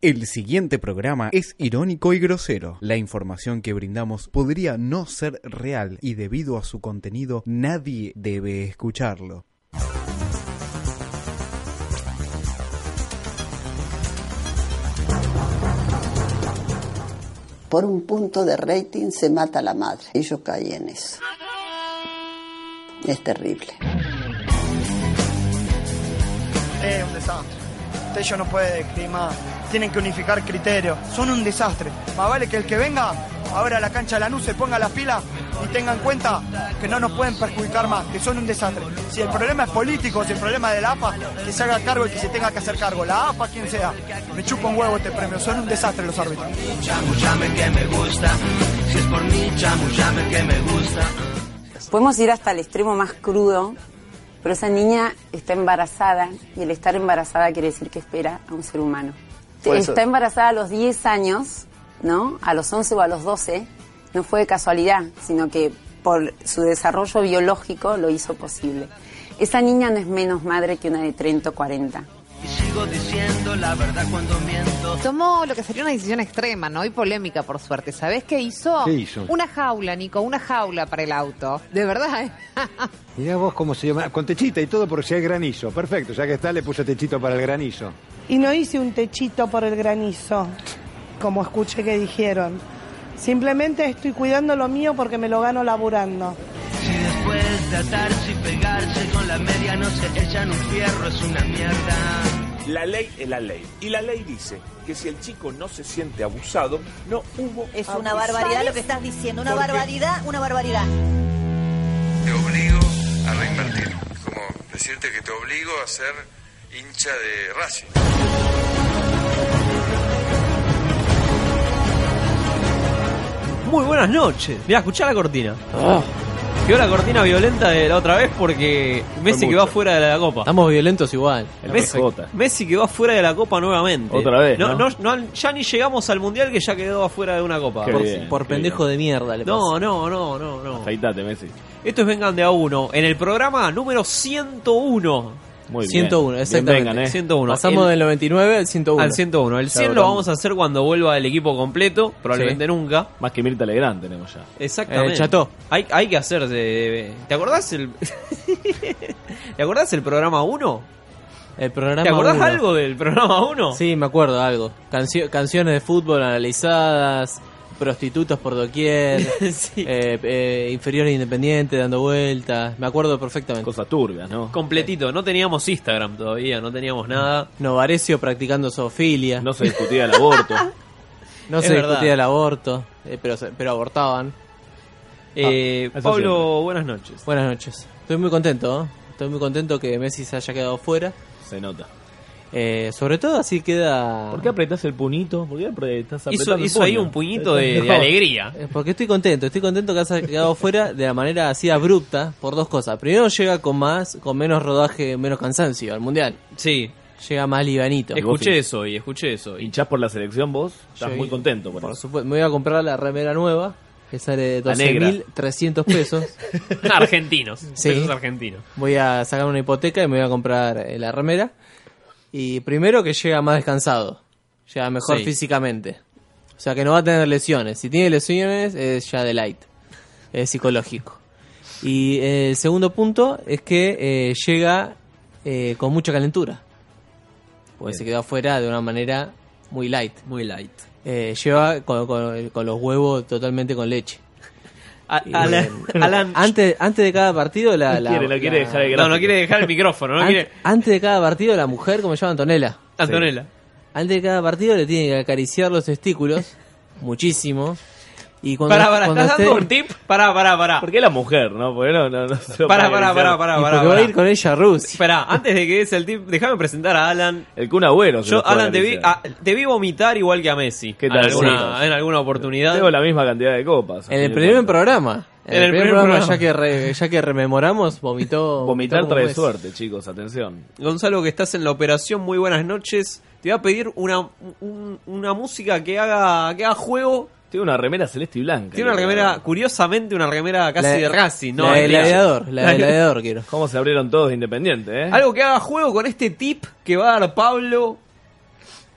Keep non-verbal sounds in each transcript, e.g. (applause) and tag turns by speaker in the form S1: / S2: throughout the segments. S1: El siguiente programa es irónico y grosero. La información que brindamos podría no ser real y debido a su contenido nadie debe escucharlo.
S2: Por un punto de rating se mata la madre. Y yo caí en eso. Es terrible.
S3: Es Eh, un desastre. Tello no puede describir más. Tienen que unificar criterios. Son un desastre. Más vale que el que venga ahora a la cancha de la luz se ponga las pilas y tenga en cuenta que no nos pueden perjudicar más, que son un desastre. Si el problema es político, si el problema es de la APA, que se haga cargo el que se tenga que hacer cargo. La APA, quien sea. Me chupa un huevo este premio. Son un desastre los árbitros.
S4: Chamullame que me gusta. Si es por mí, chamullame que me gusta.
S5: Podemos ir hasta el extremo más crudo, pero esa niña está embarazada y el estar embarazada quiere decir que espera a un ser humano.
S6: Por eso-
S5: Está embarazada a los 10 años, ¿no? A los 11 o a los 12, no fue de casualidad, sino que por su desarrollo biológico lo hizo posible. Esa niña no es menos madre que una de 30 o 40.
S4: Y sigo diciendo la verdad cuando miento.
S6: Tomó lo que sería una decisión extrema, ¿no? Y polémica, por suerte. ¿Sabés qué hizo?
S7: ¿Qué hizo?
S6: Una jaula, Nico, una jaula para el auto. De verdad, ¿eh?
S7: Mirá vos cómo se llama. Con techita y todo porque si hay granizo. Perfecto, ya que está, le puso techito para el granizo.
S8: Y no hice un techito por el granizo, como escuché que dijeron. Simplemente estoy cuidando lo mío porque me lo gano laburando.
S4: Si después de atarse y pegarse con la media no se echan un fierro, es una mierda.
S9: La ley es la ley. Y la ley dice que si el chico no se siente abusado, no hubo.
S10: Es una barbaridad lo que estás diciendo, una barbaridad, una barbaridad.
S11: te obligo a reinvertir. Como decirte que te obligo a ser hincha de Racing.
S12: Muy buenas noches. Mira, escuchá la cortina. Quedó la cortina violenta de la otra vez porque Messi quedó fuera de la copa.
S13: Estamos violentos igual.
S12: Messi, Messi quedó fuera de la copa nuevamente.
S13: Otra vez,
S12: No,
S13: ¿no?
S12: no- no- ya ni llegamos al mundial que ya quedó afuera de una copa.
S13: Por, por pendejo de mierda le
S12: No,
S13: pasa.
S12: no, no, no, no.
S14: Afeitate, Messi.
S12: Esto es Vengan de a uno. En el programa número 101.
S14: Muy bien.
S13: 101,
S14: Bien,
S13: exactamente.
S14: vengan, eh.
S12: 101.
S13: Pasamos
S12: El-
S13: del 99 al 101.
S12: Al 101. El 100 lo vamos a hacer cuando vuelva el equipo completo. Probablemente nunca.
S14: Más que Mirta Legrand tenemos ya.
S12: Exactamente.
S13: Eh, Chato.
S12: Hay, hay que hacer. de- de- ¿Te acordás el. (laughs) ¿Te acordás el programa 1?
S13: El programa
S12: ¿Te acordás
S13: uno.
S12: algo del programa 1?
S13: Sí, me acuerdo algo. Cancio- canciones de fútbol analizadas, prostitutos por
S12: (laughs)
S13: doquier, eh, eh, inferiores independientes dando vueltas. Me acuerdo perfectamente.
S14: Cosas turbias, ¿no?
S12: Completito. No teníamos Instagram todavía, no teníamos nada.
S13: Novarecio practicando zoofilia.
S14: No se discutía el aborto.
S13: (laughs) No
S12: Es
S13: se
S12: verdad.
S13: discutía el aborto, eh, pero, se- pero abortaban.
S12: Eh,
S13: eso
S12: Pablo,
S13: siempre.
S12: buenas noches.
S13: Buenas noches. Estoy muy contento, ¿eh? Estoy muy contento que Messi se haya quedado fuera.
S14: Se nota.
S13: Eh, sobre todo así queda...
S14: ¿Por qué apretás el puñito? ¿Por qué apretás
S12: Hizo,
S14: apretando el
S12: hizo ahí
S14: puño?
S12: un puñito de,
S13: (laughs)
S14: No.
S12: de alegría.
S13: Eh, Porque estoy contento, estoy contento que
S12: (laughs)
S13: haya quedado fuera de la manera así abrupta por dos cosas. Primero llega con más, con menos rodaje, menos cansancio al mundial.
S12: Sí.
S13: Llega más libanito.
S12: Escuché eso y escuché eso. Y
S14: ¿Hinchás por la selección vos? Estás
S13: Yo-
S14: muy contento con
S13: Por
S14: eso.
S13: supuesto, me voy a comprar la remera nueva que sale de
S14: La negra.
S13: 12.300 pesos.
S12: argentinos.
S13: Sí.
S12: Pesos argentinos.
S13: voy a sacar una hipoteca y me voy a comprar eh, la remera. Y primero que llega más descansado, llega mejor
S12: Sí.
S13: físicamente. O sea que no va a tener lesiones. Si tiene lesiones es ya de light, es psicológico. Y eh, el segundo punto es que eh, llega eh, con mucha calentura. Porque
S12: Bien.
S13: se quedó afuera de una manera muy light.
S12: Muy light.
S13: Eh, lleva con, con- con los huevos totalmente con leche. Y, eh,
S12: (laughs)
S13: antes, antes de cada partido la...
S14: No
S13: la-
S14: quiere, no
S13: la-
S14: quiere dejar el
S12: No, no
S14: gráfico.
S12: quiere dejar el micrófono. No
S13: Ant-
S12: quiere.
S13: Antes de cada partido, la mujer, como se llama Antonella,
S12: Antonella.
S13: antes de cada partido le tiene que acariciar los
S12: (laughs)
S13: testículos, muchísimo. Y cuando,
S12: Pará, pará,
S13: cuando
S12: ¿estás
S13: esté-
S12: dando un tip? Pará, pará, pará.
S14: ¿Por qué la mujer, no? Porque no, no, no se lo
S12: Pará,
S14: puede
S12: pará, pará,
S14: acariciar.
S12: pará,
S13: y porque
S12: pará.
S13: va a
S12: pará.
S13: ir con ella a Rusia.
S12: Pará, antes de que des el tip, déjame presentar a Alan.
S14: El Kun Agüero. se
S12: Yo,
S14: los puede
S12: Alan, te vi,
S14: acariciar.
S12: a- te vi vomitar igual que a Messi.
S14: ¿Qué tal,
S12: en, alguna,
S14: Lucas?
S12: en alguna oportunidad.
S14: Tengo la misma cantidad de copas.
S13: En el primer programa. En, el, primer programa,
S12: programa.
S13: Ya, que re- ya que rememoramos, vomitó.
S14: Vomitar
S13: vomitó como
S14: trae
S13: Messi.
S14: suerte, chicos. Atención.
S12: Gonzalo, que estás en la operación, muy buenas noches. Te voy a pedir una, un- una música que haga, que haga juego.
S14: Tiene una remera celeste y blanca.
S12: Tiene una
S14: Creo.
S12: remera, curiosamente, una remera casi
S13: La-
S12: de Racing. No,
S13: la del
S12: River.
S13: gladiador, la
S12: (laughs)
S13: del gladiador quiero.
S14: ¿Cómo se abrieron todos de Independiente, eh?
S12: Algo que haga juego con este tip que va a dar Pablo.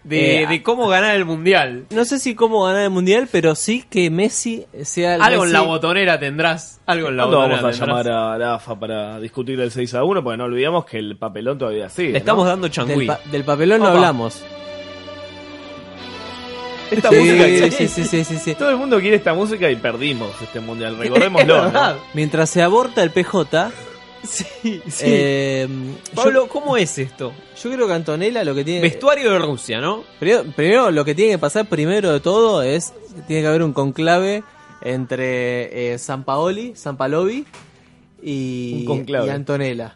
S13: de,
S6: Eh,
S13: de cómo ganar el mundial.
S6: No sé si cómo ganar el mundial, pero sí que Messi sea el
S13: Algo en la
S6: Messi-
S13: botonera tendrás. Algo en la
S14: ¿Cuándo
S13: botonera
S14: vamos a
S13: tendrás.
S14: llamar a la AFA para discutir el 6 a 1? Porque no olvidamos que el papelón todavía sigue.
S13: Le estamos
S14: ¿no?
S13: dando
S6: Del,
S13: changüí.
S6: pa- del papelón no
S14: Opa.
S6: hablamos.
S14: Esta
S6: Sí,
S14: música que-
S6: sí, sí, sí, sí, sí.
S14: Todo el mundo quiere esta música y perdimos este mundial, recordémoslo.
S6: Es verdad.
S14: ¿no?
S6: Mientras se aborta el em, PJ. Sí,
S13: sí. Pablo, ¿cómo es esto?
S6: Yo creo que Antonella lo que tiene.
S13: Vestuario de Rusia, ¿no?
S6: Eh, Primero, primero, lo que tiene que pasar primero de todo es tiene que haber un conclave entre eh, San Paoli, San Palovi y,
S14: Un
S6: (laughs)
S14: conclave.
S6: y Antonella.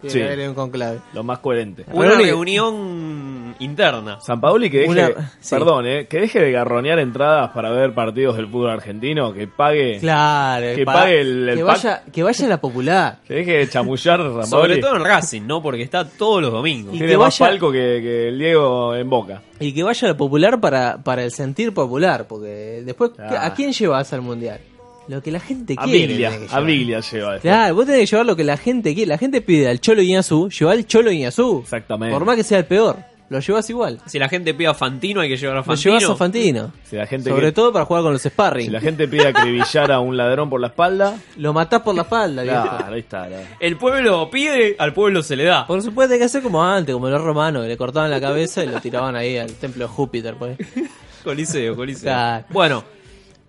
S6: Tiene
S14: Sí.
S6: que haber un conclave.
S14: Lo más coherente.
S13: Una
S6: Paoli-
S13: reunión interna.
S14: San Paoli que deje,
S6: Una- sí.
S14: perdón, eh, que deje de garronear entradas para ver partidos del fútbol argentino, que pague,
S6: Claro,
S14: que
S6: para-
S14: pague el, el
S6: que,
S14: pack,
S6: vaya, que vaya la popular.
S14: que deje de
S6: (laughs)
S14: chamullar San Paoli.
S13: Sobre todo en Racing, ¿no? Porque está todos los domingos.
S6: Y
S14: Tiene
S6: que
S14: más
S6: vaya-
S14: palco que, que el Diego en Boca.
S6: Y que vaya la popular para, para el sentir popular. Porque después, ¿qué- ¿a quién llevas al mundial? Lo que la gente
S14: A
S6: quiere.
S14: Biglia,
S6: tenés que
S14: a
S6: llevar.
S14: Biglia lleva esto.
S6: Claro, vos tenés que llevar lo que la gente quiere. La gente pide al Cholo Iñazú, lleva al Cholo Iñazú.
S14: Exactamente.
S6: Por más que sea el peor, lo llevas igual.
S13: Si la gente pide a Fantino, hay que llevar a
S6: Lo
S13: Fantino.
S6: llevas a Fantino.
S14: Si la gente
S6: Sobre
S14: que-
S6: todo para jugar con los sparring.
S14: si la gente pide acribillar a un ladrón por la espalda,
S6: Lo matás por la espalda, viejo.
S14: claro, ahí está. la-
S13: El pueblo pide, al pueblo se le da.
S6: Por supuesto hay que hacer como antes, como los romanos, que le cortaban la cabeza y lo tiraban ahí al templo de Júpiter. Pues.
S13: (laughs) Coliseo, Coliseo.
S6: Claro.
S13: Bueno,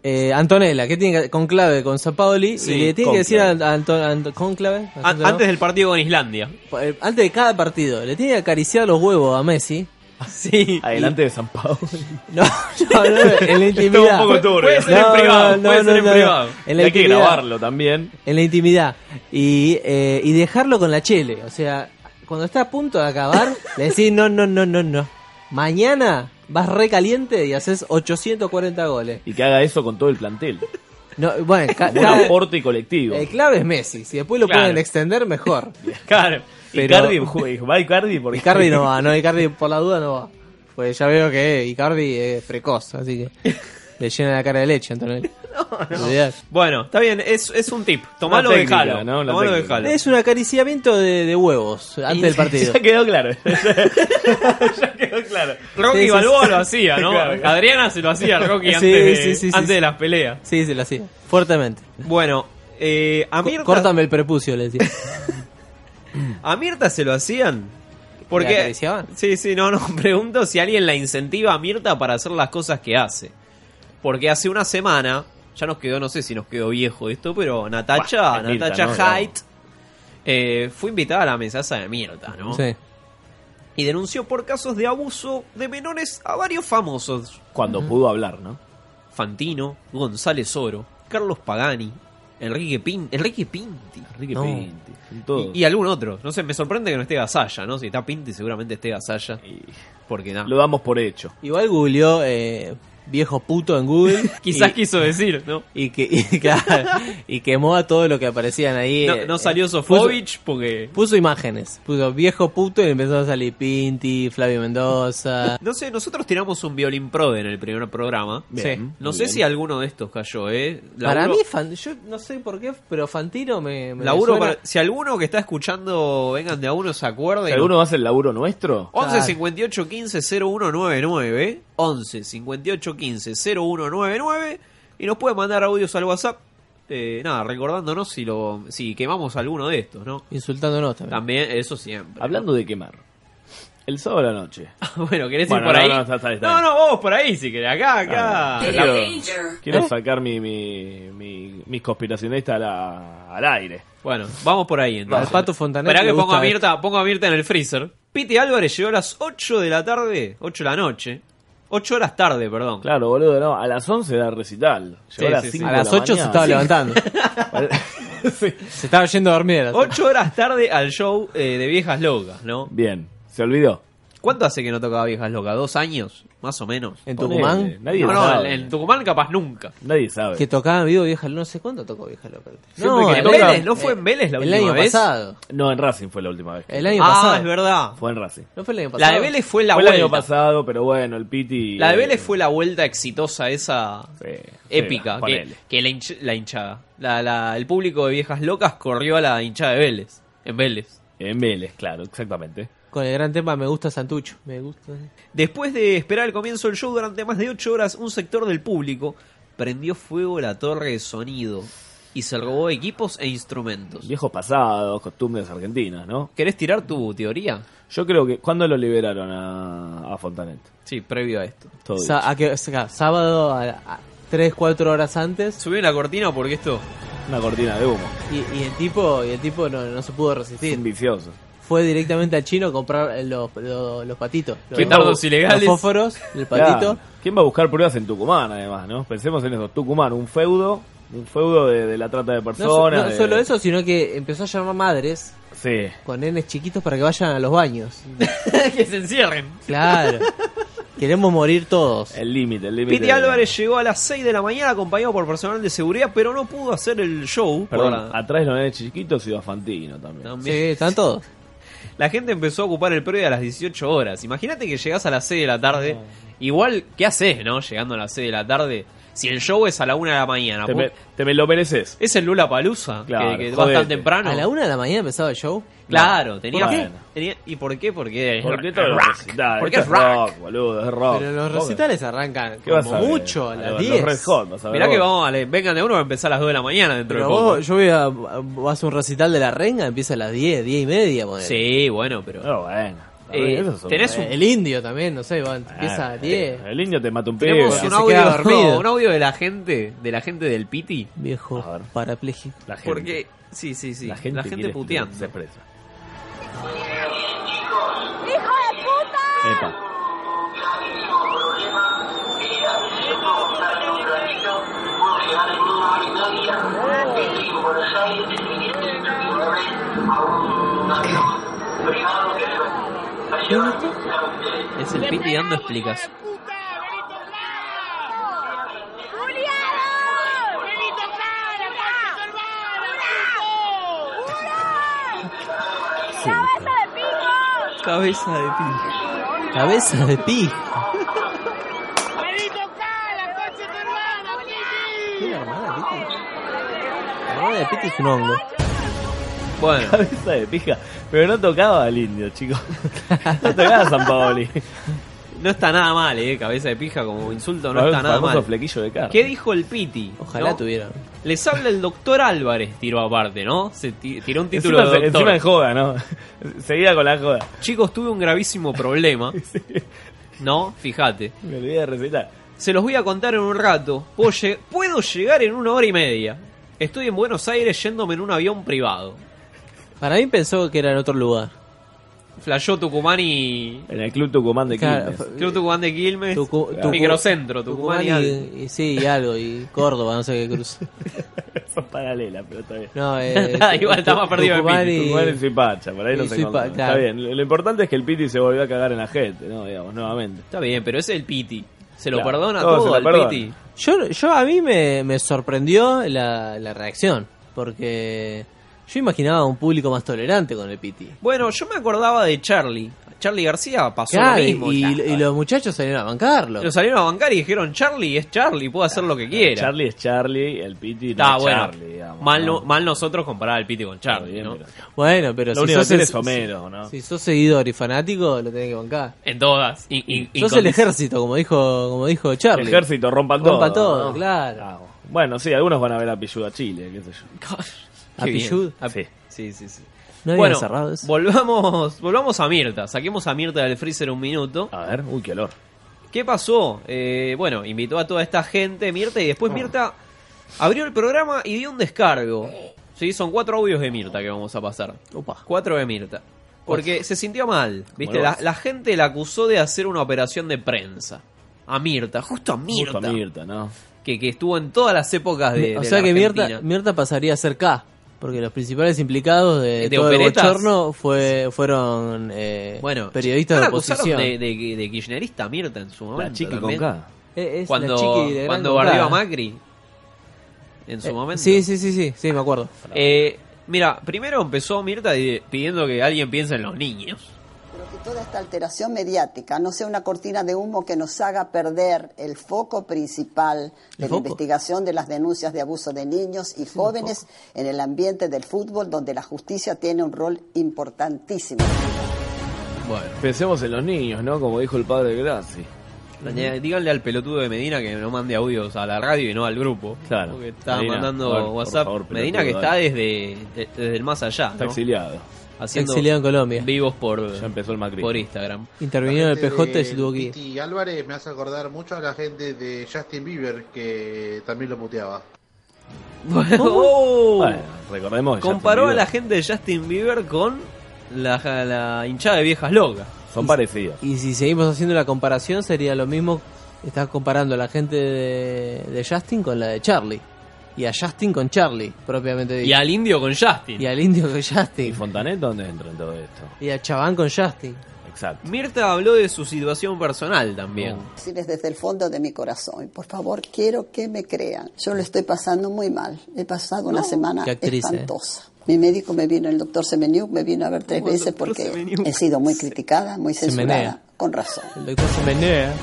S6: Eh, Antonella, que tiene que- conclave con San Paoli?
S13: Sí,
S6: y le tiene
S13: conclave.
S6: que decir a, a Anto- a Anto- conclave,
S13: a-
S6: ¿no?
S13: antes del partido con Islandia.
S6: Eh, antes de cada partido, le tiene que acariciar los huevos a Messi.
S13: (laughs) Sí.
S14: Adelante de San Paoli.
S6: No,
S14: (laughs)
S6: no, no, en la
S14: Está
S6: intimidad.
S14: un poco turbio.
S13: Puede ser
S6: No,
S13: en privado,
S6: no,
S13: puede
S6: no,
S13: ser en
S6: no, no.
S13: privado.
S6: En la
S14: Hay que
S6: intimidad.
S14: grabarlo también.
S6: En la intimidad. Y, eh, y dejarlo con la chele. O sea, cuando está a punto de acabar, le decís no, no, no, no, no. Mañana vas re caliente y haces 840 goles.
S14: Y que haga eso con todo el plantel.
S6: No, bueno, ca-
S14: Un
S6: ca-
S14: aporte colectivo.
S6: el clave es Messi. Si después lo
S13: Claro.
S6: pueden extender,
S14: (laughs)
S6: mejor.
S13: Claro.
S6: Pero-
S14: Icardi, ju- va Icardi porque
S6: Icardi no
S14: (laughs)
S6: va, no, Icardi por la duda no va. Pues ya veo que Icardi es precoz, así (laughs) que le llena la cara de leche, Antonio.
S13: (laughs)
S6: Olvidate.
S13: Bueno, está bien, es, es un tip. Tomalo
S14: Una
S13: de
S14: técnica,
S13: jalo.
S14: ¿no? Una
S13: Tomalo de
S14: técnica.
S13: jalo.
S6: Es un acariciamiento de, de huevos antes (laughs) del partido.
S14: Ya quedó
S13: (laughs)
S14: claro. ya quedó claro.
S13: Rocky
S6: Sí, sí,
S13: Balboa
S6: sí.
S13: lo hacía, ¿no?
S14: Claro, claro.
S13: Adriana se lo hacía
S6: (laughs)
S13: a Rocky
S6: Sí,
S13: antes, de,
S6: sí, sí, sí,
S13: antes
S6: sí.
S13: de las peleas.
S6: Sí, se lo hacía. Fuertemente.
S13: Bueno, eh, a,
S6: Co-
S13: Mirta,
S6: Córtame el prepucio, le decía.
S13: a Mirta se lo hacían.
S6: ¿La
S13: Porque.
S6: acariciaban?
S13: Sí, sí, no, (laughs) no. Pregunto si alguien la incentiva a Mirta para hacer las cosas que hace. Porque hace una semana, ya nos quedó, no sé si nos quedó viejo esto, pero Natacha,
S14: Bah, es Mirta,
S13: Natacha
S14: ¿no?
S13: Haidt eh, fue invitada a la mesaza de Mirta, ¿no?
S6: Sí.
S13: Y denunció por casos de abuso de menores a varios famosos.
S14: Cuando pudo hablar, ¿no?
S13: Fantino, González Oro, Carlos Pagani, Enrique, Pin- Enrique Pinti.
S14: Enrique
S6: No.
S14: Pinti. son todos.
S13: Y, y algún otro. No sé, me sorprende que no esté Gasalla, ¿no? Si está Pinti, seguramente esté Gasalla.
S14: Y
S13: Porque nada.
S14: lo damos por hecho.
S6: Igual googleó eh, viejo puto en Google.
S13: Quizás
S6: y,
S13: quiso decir, ¿no?
S6: y que y, (laughs) claro, y quemó a todo lo que aparecían ahí.
S13: No,
S6: eh,
S13: no
S6: eh,
S13: salió
S6: puso-
S13: Sofovich porque.
S6: Puso, imágenes. Puso viejo puto y empezó a salir Pinti, Flavio Mendoza.
S13: No sé, nosotros tiramos un violín prode en el primer programa.
S6: Bien,
S13: Sí.
S6: muy
S13: No sé
S14: bien.
S13: si alguno de estos cayó, ¿eh?
S6: Para mí,
S13: Laburo-
S6: Fan- yo no sé por qué, pero Fantino me. me
S13: laburo
S6: suena-
S13: para- si alguno que está escuchando, vengan de a uno, se acuerda.
S14: Si
S13: y
S14: alguno hace el laburo nuestro,
S13: 11
S6: Claro.
S13: 58 15 0199 11 58 15 0199 y nos puede mandar audios al WhatsApp eh, nada recordándonos si lo si quemamos alguno de estos no
S6: Insultándonos también.
S13: también eso ¿eh? siempre
S14: hablando de quemar. El sábado a la noche.
S13: (laughs) bueno querés
S14: Bueno,
S13: ir por
S14: no,
S13: ahí
S14: no, está- está- está
S13: no
S14: bien.
S13: no, vos por ahí si querés acá acá
S14: Ah,
S13: La-
S14: quiero, quiero
S13: ¿Eh?
S14: sacar mi, mi, mi- mis conspiracionistas a la- al aire.
S13: bueno vamos por ahí entonces
S6: Al Pato Fontanet
S13: Esperá
S6: le
S13: que pongo
S6: gusta
S13: a Mirta pongo a Mirta en el freezer Piti Álvarez llegó a las 8 de la tarde 8 de la noche 8 horas tarde perdón
S14: Claro, boludo, no. A las 11 era el recital. Llegó
S13: Sí,
S14: a las
S13: sí, sí.
S14: 5
S6: A
S14: de
S6: las
S14: la
S6: 8 se
S14: mañana.
S6: estaba levantando.
S14: (laughs) Sí.
S6: Se estaba yendo a dormir. a las ocho.
S13: Ocho horas tarde al show eh, de Viejas Locas, ¿no?
S14: Bien, se olvidó.
S13: ¿Cuánto hace que no tocaba Viejas Locas? ¿Dos años? Más o menos.
S6: En
S14: Ponele,
S6: Tucumán.
S14: Nadie
S13: no, no, en,
S14: sabe.
S13: en Tucumán capaz nunca.
S14: Nadie sabe.
S6: Que tocaba vivo vieja loca. No sé cuándo tocó vieja loca.
S14: Siempre que
S6: en
S14: toca-
S6: Vélez,
S13: ¿No fue en Vélez la
S6: el
S13: última
S6: año
S13: vez?
S6: pasado.
S14: No, en Racing fue la última vez. que-
S6: El año
S13: ah,
S6: pasado.
S13: es verdad.
S14: Fue en Racing.
S6: No fue el año
S13: La
S6: pasado.
S13: de Vélez fue la
S14: fue el
S13: vuelta.
S14: año pasado, pero bueno, el Piti.
S13: La de
S14: eh,
S13: Vélez fue la vuelta exitosa esa
S14: sí,
S13: épica.
S14: sí,
S13: que
S14: ponele.
S13: que la, hinch- la hinchada. La- la- el público de Viejas Locas corrió a la hinchada de Vélez. En Vélez.
S14: En Vélez, claro, exactamente.
S6: con el gran tema Me gusta Santucho. Me gusta.
S3: Después de esperar el comienzo del show durante más de 8 horas, un sector del público prendió fuego la torre de sonido y se robó equipos e instrumentos.
S13: Viejos pasados, costumbres argentinas, ¿no?
S3: ¿Querés tirar tu teoría?
S13: Yo creo que. ¿Cuándo lo liberaron a, a Fontanet?
S3: Sí, previo a esto.
S13: Todo
S6: Sa- a que- o sea, sábado a, 3, 4 horas antes.
S3: Subí la cortina porque esto.
S13: Una cortina de humo.
S6: Y, y el tipo, y el tipo no, no se pudo resistir.
S13: vicioso.
S6: Fue directamente al chino a comprar eh, los, los, los patitos. Los,
S13: Petardos ilegales.
S6: Los fósforos, el patito.
S13: Claro. ¿Quién va a buscar pruebas en Tucumán, además, no? Pensemos en eso. Tucumán, un feudo. Un feudo de, de la trata de
S6: No, so-
S13: personas.
S6: no
S13: de-
S6: solo eso, sino que empezó a llamar madres
S13: Sí.
S6: con nenes chiquitos para que vayan a los baños.
S3: (laughs) que se encierren.
S6: Claro. Queremos morir todos.
S13: El límite, el límite.
S3: Piti Álvarez llegó a las 6 de la mañana acompañado por personal de seguridad, pero no pudo hacer el show. por
S13: Perdón,
S3: la-
S13: atrás los nenes chiquitos y Fantino también.
S3: También.
S6: están todos.
S3: (laughs) La gente empezó a ocupar el predio a las 18 horas. Imagínate que llegás a las 6 de la tarde. Igual, ¿qué haces, no? Llegando a las 6 de la tarde. Si el show es a la 1 de la mañana.
S13: Te
S3: pu-
S13: me, te me lo mereces.
S3: Es el Lula Palusa,
S13: Claro,
S3: que, va
S13: jodete.
S3: tan temprano.
S6: ¿A la una de la mañana empezaba el show?
S3: Claro, tenía,
S6: ¿Por qué?
S3: tenía- ¿Y por qué? Porque,
S13: Porque
S3: es
S13: todo lo
S3: rock.
S13: necesitas,
S3: Porque
S13: esto
S3: es rock.
S13: boludo, es rock.
S6: Pero los
S13: Joder.
S6: recitales arrancan
S13: ¿Qué vas
S6: como
S13: a ver?
S6: mucho a
S13: A
S6: las
S13: los
S6: 10.
S13: Red Hot, vas a ver
S3: Mirá
S13: vos.
S3: que vamos, a la- vengan de uno, va a empezar a las 2 de la mañana dentro
S6: Pero
S3: de poco.
S6: vos, yo voy a, vas a un recital de la renga, empieza a las 10, 10 y media. ponele.
S3: Sí, bueno, pero... Eh,
S13: esos son-
S3: tenés un...
S6: El indio también, no sé, va, empieza a
S13: Ah,
S6: 10.
S13: El indio te mata un pibe.
S3: Tenemos
S13: Que
S3: un
S13: se queda dormido.
S3: audio, un audio de la gente, de la gente del Piti.
S6: Viejo parapléjico.
S13: La gente.
S3: Porque, sí, sí, sí. La gente,
S13: quiere-
S3: puteando.
S13: Se expresa.
S15: ¡Hijo de puta!
S13: Epa.
S3: Es el Piti dando explicaciones.
S15: ¡Cabeza de pico!
S3: Cabeza de Piti.
S6: Cabeza de pi.
S15: ¡Benito Cala, coche tu hermana, Piti!
S6: ¿Qué la hermana, Piti? La hermana de Piti es un hongo.
S3: Bueno.
S13: Cabeza de pija. Pero no tocaba al indio, chicos. No tocaba a San Paoli.
S3: No está nada mal, eh, cabeza de pija como insulto, no
S13: Famoso
S3: está nada mal.
S13: flequillo de cara.
S3: ¿Qué dijo el Piti?
S6: Ojalá
S3: ¿No?
S6: tuviera.
S3: Les habla el doctor Álvarez, tiró aparte, ¿no? Se ti- tiró un título
S13: Encima,
S3: de
S13: se-
S3: doctor.
S13: encima de joda, ¿no? (laughs) Seguida con la joda.
S3: Chicos, tuve un gravísimo
S6: (laughs)
S3: problema. ¿No? Fíjate.
S13: Me olvidé de recitar.
S3: Se los voy a contar en un rato. Puedo, lle- puedo llegar en una hora y media. Estoy en Buenos Aires yéndome en un avión privado.
S6: Para mí pensó que era en otro lugar.
S3: Flashó Tucumán y...
S13: En el club Tucumán de
S6: Claro,
S13: Quilmes. (laughs)
S3: Club Tucumán de Quilmes.
S6: Tucu- Tucu-
S3: microcentro, Tucumán, y... algo.
S6: y, y sí, y algo,
S13: (laughs)
S6: y Córdoba, no sé qué cruz.
S13: Son paralelas, pero está bien.
S6: No, eh,
S3: Ah, Igual está más perdido que
S6: Tucumán
S3: Piti.
S6: y-
S13: Tucumán y Suipacha, por ahí
S6: y
S13: no
S6: Suipa-
S13: se encontraron. Está
S6: claro.
S13: bien. Lo, lo importante es que el Piti se volvió a cagar en la gente, ¿no? Digamos, nuevamente.
S3: Está bien, pero es el Piti. Se lo
S13: Claro,
S3: perdona
S13: todo
S3: todo
S13: se
S3: al
S13: lo perdona.
S3: Piti.
S6: Yo, yo a mí me, me sorprendió la, la reacción, porque yo imaginaba un público más tolerante con el Piti.
S3: Bueno, yo me acordaba de Charlie. Charlie García pasó
S6: Claro,
S3: lo mismo.
S6: y,
S3: ya.
S6: y los muchachos salieron a bancarlo.
S3: Lo salieron a bancar y dijeron, Charlie es Charlie, puede hacer lo que quiera.
S13: Charlie es Charlie, el Piti no
S3: Está
S13: es
S3: bueno.
S13: Charlie, digamos.
S3: mal,
S13: ¿no?
S3: no- mal nosotros comparar al Piti con Charlie, ¿no?
S6: Bueno, pero
S13: Lo
S6: si
S13: único que
S6: sos,
S13: tiene
S6: es-
S13: es Homero, ¿no?
S6: si sos seguidor y fanático, lo tenés que bancar.
S3: En todas. Y, y- y
S6: Sos
S3: con-
S6: el ejército, como dijo, como dijo Charlie.
S13: Ejército, rompan todo.
S6: Rompa todo,
S13: ¿no?
S6: claro.
S13: Bueno, sí, algunos van a ver a Pilluda Chile, qué
S3: (laughs)
S13: sé yo.
S6: A
S3: Qué bien.
S6: Pichud.
S3: A- Sí, sí, sí.
S6: No habían
S3: bueno,
S6: cerrado eso.
S3: volvamos, volvamos a Mirta. Saquemos a Mirta del freezer un minuto.
S13: A ver, uy, qué olor.
S3: ¿Qué pasó? Eh, bueno, invitó a toda esta gente, Mirta, y después Mirta abrió el programa y dio un descargo. Sí, son cuatro audios de Mirta que vamos a pasar. Cuatro de Mirta. Porque se sintió mal, ¿viste?
S13: Bueno.
S3: La, la gente la acusó de hacer una operación de prensa. A Mirta, justo a Mirta.
S13: Justo a Mirta, ¿no?
S3: Que, que estuvo en todas las épocas de.
S6: o
S3: de
S6: sea
S3: la
S6: que Mirta,
S3: Argentina.
S6: Mirta pasaría a ser K. Porque los principales implicados de,
S3: ¿De
S6: todo
S3: operetas?
S6: el bochorno fue, fueron eh,
S3: Bueno, no
S6: periodistas de
S3: la acusaron
S6: oposición.
S3: De, de- de kirchnerista a Mirta en su momento.
S13: chiqui con
S3: también.
S13: K.
S6: Eh, es
S3: cuando
S6: la chiqui de gran
S3: cuando
S6: K.
S3: bardeó a Macri. En su
S6: Eh,
S3: momento.
S6: Sí, sí, sí, sí, sí, me acuerdo.
S3: Eh, mira, primero empezó Mirta di- pidiendo que alguien piense en los niños.
S2: Que toda esta alteración mediática no sea una cortina de humo que nos haga perder el foco principal de la
S6: foco?
S2: investigación de las denuncias de abuso de niños y jóvenes en el ambiente del fútbol, donde la justicia tiene un rol importantísimo.
S6: Bueno.
S14: Pensemos en los niños, ¿no? Como dijo el padre Graci.
S13: Daniel, Díganle al pelotudo de Medina que no mande audios a la radio y no al grupo.
S14: Claro.
S13: Porque está
S14: Medina,
S13: mandando
S14: Ah, por- por
S13: WhatsApp.
S14: favor, pelotudo,
S13: Medina que está
S14: dale.
S13: desde, de- desde el más allá.
S14: Está
S13: ¿no?
S14: exiliado.
S13: Haciendo
S6: Exiliado en Colombia.
S13: Vivos por,
S14: Ya empezó el
S3: (laughs)
S14: Macri.
S13: por Instagram.
S6: Intervino el PJ y se
S16: del
S6: tuvo que ir.
S16: Piti Álvarez me hace acordar mucho a la gente de Justin Bieber que también lo puteaba.
S13: Oh.
S14: Bueno, recordemos que
S13: Comparó
S14: Justin
S13: a la
S14: Bieber-
S13: gente de Justin Bieber con la, la hinchada de viejas locas.
S14: Son parecidas.
S6: Y si seguimos haciendo la comparación, sería lo mismo. Estás comparando a la gente de, de Justin con la de Charlie. Y a Justin con Charlie, propiamente dicho.
S13: Y al indio con Justin.
S6: Y al indio con Justin.
S14: ¿Y Fontanet dónde entra en todo esto?
S6: Y a Chabán con Justin.
S14: Exacto.
S13: Mirta habló de su situación personal también.
S2: decirles desde el fondo de mi corazón. Por favor, quiero que me crean. Yo lo estoy pasando muy mal. He pasado una semana
S6: qué actriz, eh.
S2: espantosa. Mi médico me vino, el doctor Semeniuk, me vino a ver tres veces porque he sido muy criticada, muy censurada.
S6: Semenea.
S2: Con razón.
S6: El doctor se menea.
S13: Eh.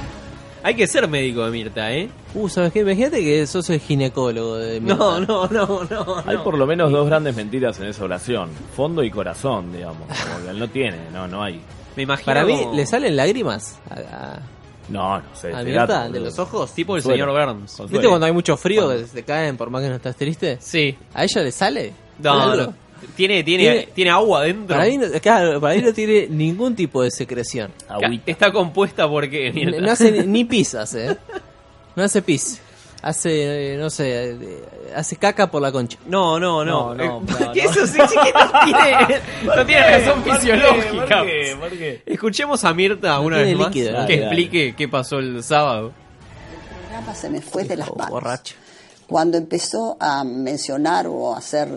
S13: Hay que ser médico de Mirta, ¿eh?
S6: Uh, ¿sabes qué? Imagínate que sos el ginecólogo de mi-
S13: No, no, no, no.
S14: Hay por lo menos dos grandes mentiras en esa oración. Fondo y corazón, digamos. Como que no tiene, no, no hay.
S13: Me imagino
S6: Para mí,
S13: como-
S6: ¿le salen lágrimas? A- a-
S14: No, no sé.
S6: ¿A
S14: será,
S6: Mirta?
S14: boludo.
S6: ¿De los ojos?
S13: Tipo el
S14: Consuelo.
S13: señor Burns.
S14: Consuelo.
S6: ¿Viste cuando hay mucho frío
S14: Cuando-
S6: que se te caen por más que no estás triste?
S13: Sí.
S6: ¿A ella le sale?
S13: No,
S6: ¿Algo?
S13: no. Tiene, tiene,
S6: Tiene-
S13: tiene agua adentro.
S6: Para mí, no, claro, para mí no tiene ningún tipo de
S13: (laughs)
S6: secreción.
S13: Ca- Está compuesta porque. Mirta.
S6: No hace ni- ni pis, hace. ¿eh? No hace pis. Hace, eh, no sé, eh, hace caca por la concha.
S13: No, no,
S6: No,
S13: no.
S6: no,
S13: Eh,
S6: no,
S13: que
S6: no.
S13: (laughs) Eso sí, sí
S6: (laughs)
S13: que no tiene, no tiene
S14: qué?
S13: razón
S14: ¿Por qué?
S13: fisiológica.
S14: ¿Por qué? ¿Por qué?
S13: Escuchemos a Mirta una
S6: tiene
S13: vez más
S6: líquido,
S13: que
S6: dale, dale.
S13: explique qué pasó el sábado.
S2: El programa se me fue de las manos.
S6: Borracho.
S2: Cuando empezó a mencionar o a hacer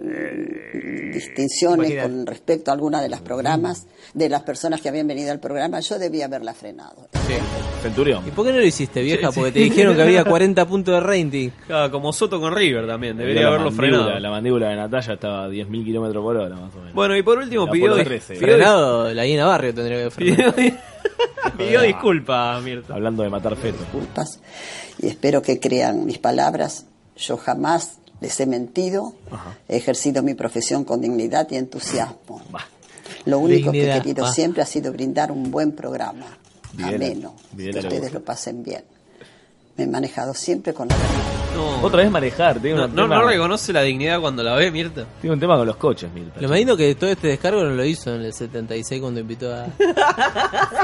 S2: eh, distinciones con respecto a alguna de las programas, de las personas que habían venido al programa, yo debía haberla frenado.
S14: Centurión.
S6: ¿Y por qué no lo hiciste, vieja?
S13: Sí, sí.
S6: Porque te dijeron que había 40 puntos de rating.
S13: Ah, Como Soto con River también, debería
S14: La
S13: haberlo
S14: mandíbula,
S13: frenado.
S14: La mandíbula de Natalia estaba a 10.000 kilómetros por hora, más o menos.
S13: Bueno, y por último
S14: La
S13: pidió,
S14: Apolo
S13: dis-
S14: 13.
S13: pidió, dis-
S6: Frenado, la Guina Barrio tendría que haber frenado.
S13: (laughs) pidió disculpa, Mirta.
S14: Hablando de matar fetos.
S2: disculpas y espero que crean mis palabras. Yo jamás les he mentido, he ejercido mi profesión con dignidad y entusiasmo. Lo único que
S6: Dignidad,
S2: he querido
S6: va.
S2: siempre ha sido brindar un buen programa,
S14: Bien,
S2: ameno,
S14: bien
S2: que
S14: a la
S2: ustedes
S14: boca.
S2: lo pasen bien. Me he manejado siempre con la verdad.
S13: No,
S14: Otra vez manejar, tiene,
S13: no,
S14: un
S13: no-
S14: tema,
S13: no reconoce la dignidad cuando la ve, Mirta.
S14: tiene un tema con los coches, Mirta.
S6: Lo imagino
S14: (laughs)
S6: que todo este descargo no lo hizo en el 76 cuando invitó a...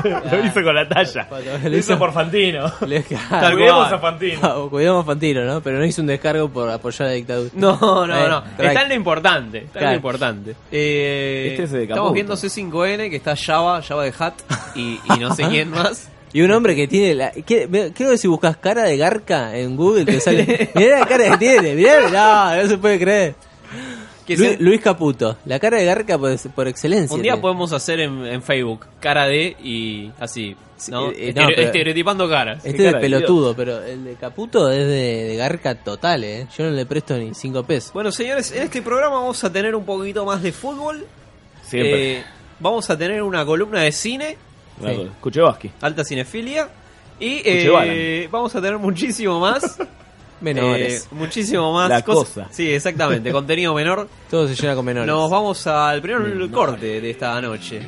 S14: Lo hizo con la
S13: (laughs)
S14: talla.
S6: Lo hizo por
S14: Fantino.
S6: Le-
S13: Tal Cuidemos cual. a
S6: Ah, Cuidamos a Fantino, ¿no? Pero no hizo un descargo por apoyar a la dictadura.
S13: No, no,
S6: Eh,
S13: no.
S6: crack.
S13: Está en lo importante. Está en lo
S6: Crack.
S13: importante. Eh,
S14: Este es de
S13: estamos
S14: Caputo.
S13: viendo C5N, que está Java, Java de Hat y, y no sé quién más.
S6: (laughs) Y un hombre que tiene la... que- ve- Creo que si buscas cara de garca en Google te
S13: (laughs)
S6: sale... Mirá la cara que tiene, mirá, no, no se puede creer.
S13: Que
S6: Lu-
S13: se-
S6: Luis Caputo, la cara de garca por, por excelencia.
S13: un día
S6: tiene.
S13: podemos hacer en, en Facebook cara de y así. ¿no?
S6: eh, eh,
S13: Estere-
S6: no, pero-
S13: Estereotipando caras.
S6: Este es
S14: cara
S6: de
S14: de
S6: pelotudo, pero el de Caputo es de, de garca total, ¿eh? Yo no le presto ni 5 pesos.
S13: Bueno, señores, en este programa vamos a tener un poquito más de fútbol.
S14: Siempre.
S13: Eh, vamos a tener una columna de cine,
S14: Una
S6: sí.
S14: cosa. Kuchevaski.
S13: alta cinefilia. Y
S14: Cuchevalan.
S13: eh, vamos a tener muchísimo más.
S6: Menores.
S13: eh, muchísimo más.
S14: La
S13: cosas-
S14: cosa.
S13: Sí, exactamente. contenido menor.
S6: Todo se llena con menores.
S13: Nos vamos al primer corte de esta noche.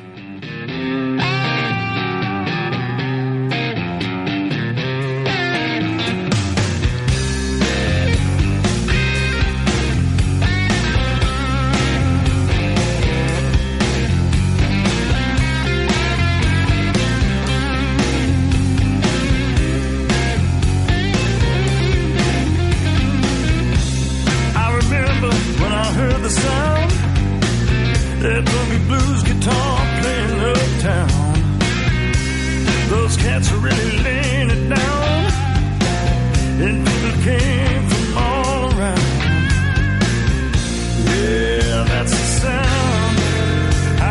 S3: I remember when I heard the sound that boogie blues guitar playing uptown. Those cats are really laying it down, and people came from all around. Yeah, that's the sound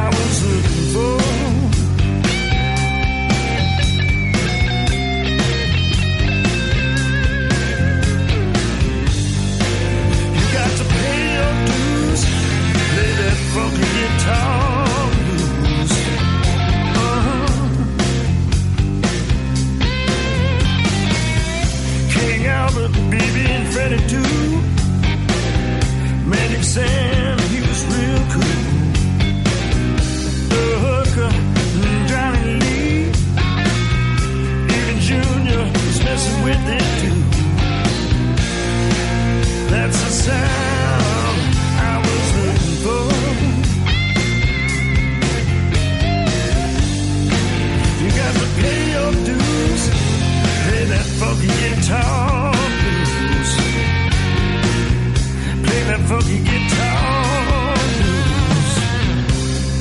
S3: I was looking for. You got to pay your dues. Play that funky guitar blues. Uh-huh. dancing with it too. That's the sound I was looking for. You got to pay your dues, play that funky guitar blues. Play that funky guitar blues.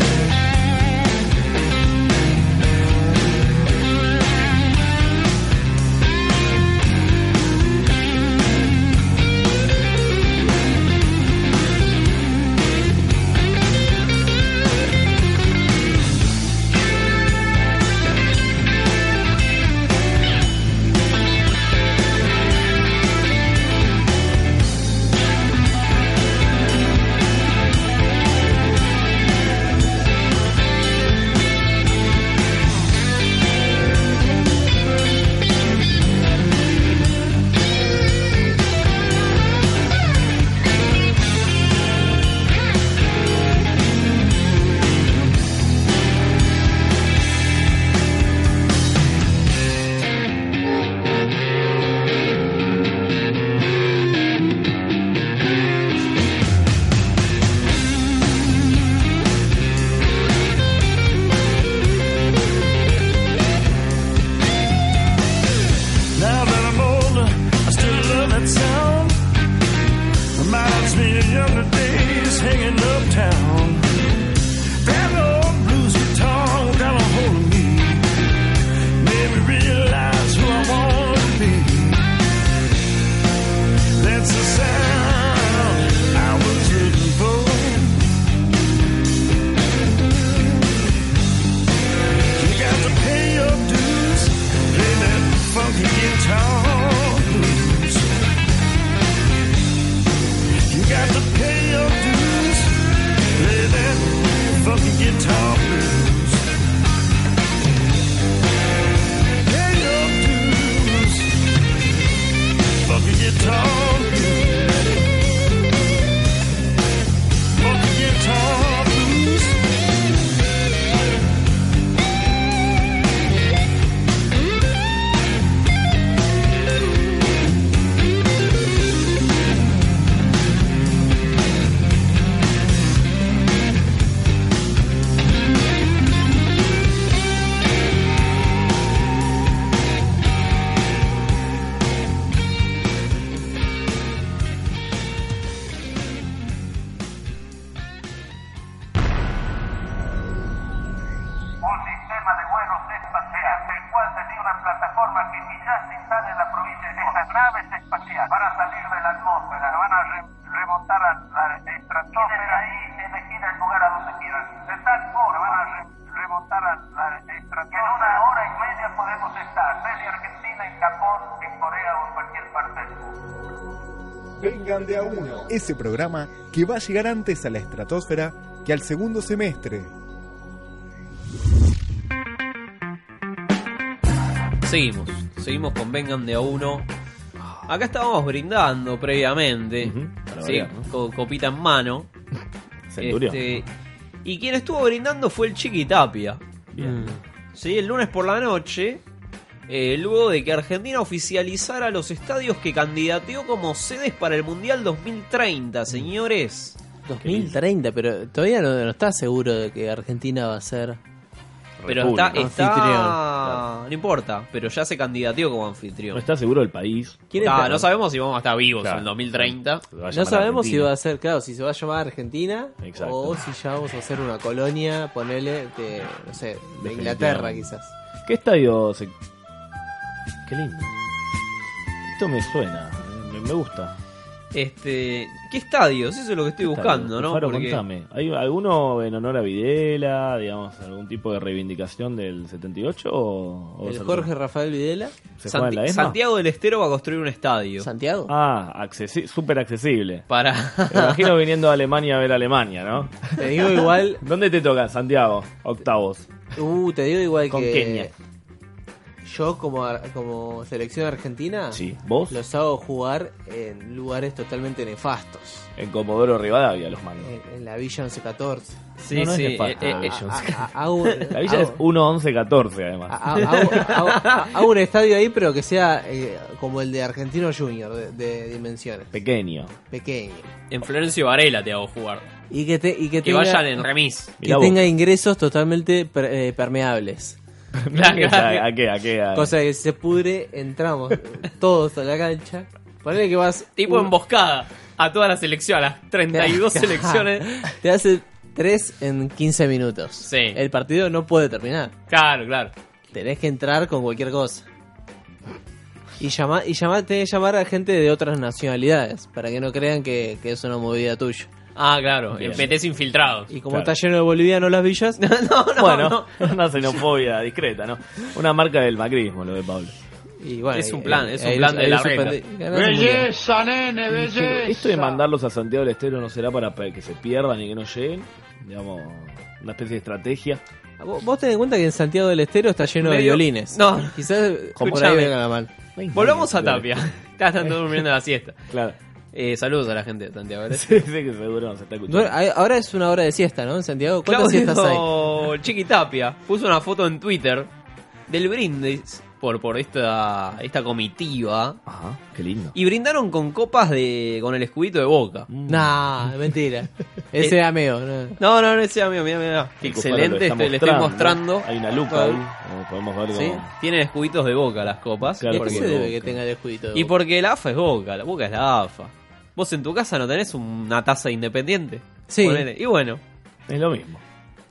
S3: Now that I'm older, I still love that sound. Reminds me of younger days hanging uptown. That old blues guitar got a hold of me. Made me realize who I want to be. That's the sound I was looking for. You got to pay your dues. Play that funky guitar blues. You got to pay your dues. Play that funky guitar blues. Pay your dues. Funky guitar blues. Funky guitar blues.
S17: Un sistema de vuelos espacial, el cual tenía una plataforma que quizás instale en la provincia de estas naves espaciales. Van a salir de la atmósfera, van a re- remontar a la estratosfera. Y desde ahí elegir el lugar a donde quieran. De tal forma van a re- remontar a la estratosfera. Que en una hora y media podemos estar desde Argentina, en Japón, en Corea o en cualquier parte del mundo.
S1: Vengan de a uno. Ese programa que va a llegar antes a la estratosfera que al segundo semestre.
S13: Seguimos, seguimos con Vengan de a uno. Acá estábamos brindando previamente,
S14: para
S13: sí,
S14: variar, ¿no?
S13: con copita en mano.
S14: Centurión.
S13: Este, y quien estuvo brindando fue el Chiqui Tapia. Sí, el lunes por la noche, eh, luego de que Argentina oficializara los estadios que candidateó como sedes para el Mundial 2030, señores.
S6: 2030, pero todavía no, no está seguro de que Argentina va a ser.
S13: Pero está, está-
S6: Anfitrión.
S13: no importa, pero ya se candidateó como anfitrión.
S14: No está seguro el país.
S6: ¿Quién
S13: Ah,
S6: está?
S13: no sabemos si vamos a estar vivos
S14: Claro.
S13: en 2030.
S6: No sabemos si va a ser, claro, si se va a llamar Argentina o si ya vamos a ser una colonia, ponele, de, no sé, de Inglaterra quizás.
S14: ¿Qué estadio se... Qué lindo. Esto me suena, me, me gusta.
S13: Este, ¿qué estadios? Eso es lo que estoy buscando, ¿no?
S14: Faro,
S13: Porque-
S14: contame. ¿Hay alguno en honor a Videla, digamos, algún tipo de reivindicación del 78? O, o
S6: El
S14: se-
S6: Jorge Rafael Videla.
S14: ¿Se
S13: Santi-
S14: juega en la ESMA?
S13: Santiago del Estero va a construir un estadio.
S6: ¿Santiago?
S14: Ah, accesi- súper accesible.
S13: Para.
S14: Me imagino viniendo a Alemania a ver Alemania, ¿no?
S6: Te digo igual-
S14: ¿Dónde te toca, Santiago? Octavos.
S6: Uh, te digo igual
S14: Con
S6: que.
S14: Kenia.
S6: yo como, ar- como selección argentina
S14: Sí, ¿vos?
S6: los hago jugar en lugares totalmente nefastos.
S14: En Comodoro Rivadavia los mando.
S6: En, en la Villa 1114.
S14: Sí, No, no es sí, nefasto, eh, la eh, Villa.
S6: A- a- hago-
S14: La villa
S6: hago-
S14: es 1-11-14 además.
S6: a- hago, hago- hago un estadio ahí, pero que sea eh, como el de Argentino Junior, de, de dimensiones.
S14: Pequeño.
S6: Pequeño.
S13: ah, En Florencio Varela te hago jugar.
S6: Y que, te- y que,
S13: Que
S6: tenga-
S13: vayan en remis.
S6: Que tenga ingresos totalmente per- eh, permeables.
S13: Permeables,
S14: ¿a- a qué- a qué- a-
S6: Cosa que se pudre, entramos todos a la cancha. Ponele que vas.
S13: Tipo
S6: un-
S13: emboscada a toda la selección, a las 32 selecciones.
S6: Te hace 3 en 15 minutos. El partido no puede terminar.
S13: Claro, claro.
S6: Tenés que entrar con cualquier cosa. Y, llama, y llama, tenés que llamar a gente de otras nacionalidades para que no crean que, que es una movida tuya.
S13: Ah, claro.
S6: Bien.
S13: Metés infiltrados.
S6: Y Como está lleno de bolivianos las villas. No, no,
S14: bueno, una xenofobia discreta, ¿no? Una marca del macrismo, lo de Pablo.
S6: Y bueno,
S13: Es un
S6: y-
S13: plan,
S6: y-
S13: es un
S6: ahí
S13: plan
S6: lo-
S13: de
S6: ahí
S13: la
S6: lo
S13: reta.
S6: suspendí. Ganás un mundial.
S8: Belleza, nene, belleza.
S14: Esto de mandarlos a Santiago del Estero no será para que se pierdan y que no lleguen. Digamos, una especie de estrategia. (laughs)
S6: Ah, Vos- Vos tenés en cuenta que en Santiago del Estero está lleno de
S13: Medio-
S6: violines.
S13: No.
S6: (laughs) Quizás
S13: Como
S6: por ahí
S13: llame.
S6: venga la mal.
S13: Volvamos a
S6: Claro.
S13: Tapia. (laughs) Estás tanto durmiendo la siesta. Eh,
S14: Claro.
S13: saludos a la gente de Santiago. Este. ¿verdad?
S14: Sí, sí, que seguro nos está escuchando.
S6: Bueno, ahí- ahora es una hora de siesta, ¿no? En Santiago, ¿cuántas siestas hay?
S13: Claudio Chiqui Tapia puso una foto en Twitter del brindis por, por esta, esta comitiva.
S14: Ajá, qué lindo. Mm.
S13: Y brindaron con copas de con el escudito de Boca.
S6: Nah, (laughs) mentira. Ese
S13: Eh,
S6: era amigo. No.
S13: No, no, no, ese amigo, mira, mira. Excelente,
S14: Cufaro
S13: estoy-
S14: lo
S13: le
S14: está
S13: estoy
S14: mostrando,
S13: mostrando.
S14: ¿no? Hay una lupa ahí, como podemos ver.
S13: Sí,
S14: como-
S13: tienen escuditos de boca las copas. Este
S14: Claro,
S6: ¿Y a qué Este se debe que tenga el escudito? de
S13: Y
S6: Boca?
S13: porque la AFA es boca, la boca es la AFA. Vos en tu casa no tenés una taza independiente.
S6: Sí.
S13: Ponele. Y bueno,
S14: Es lo mismo.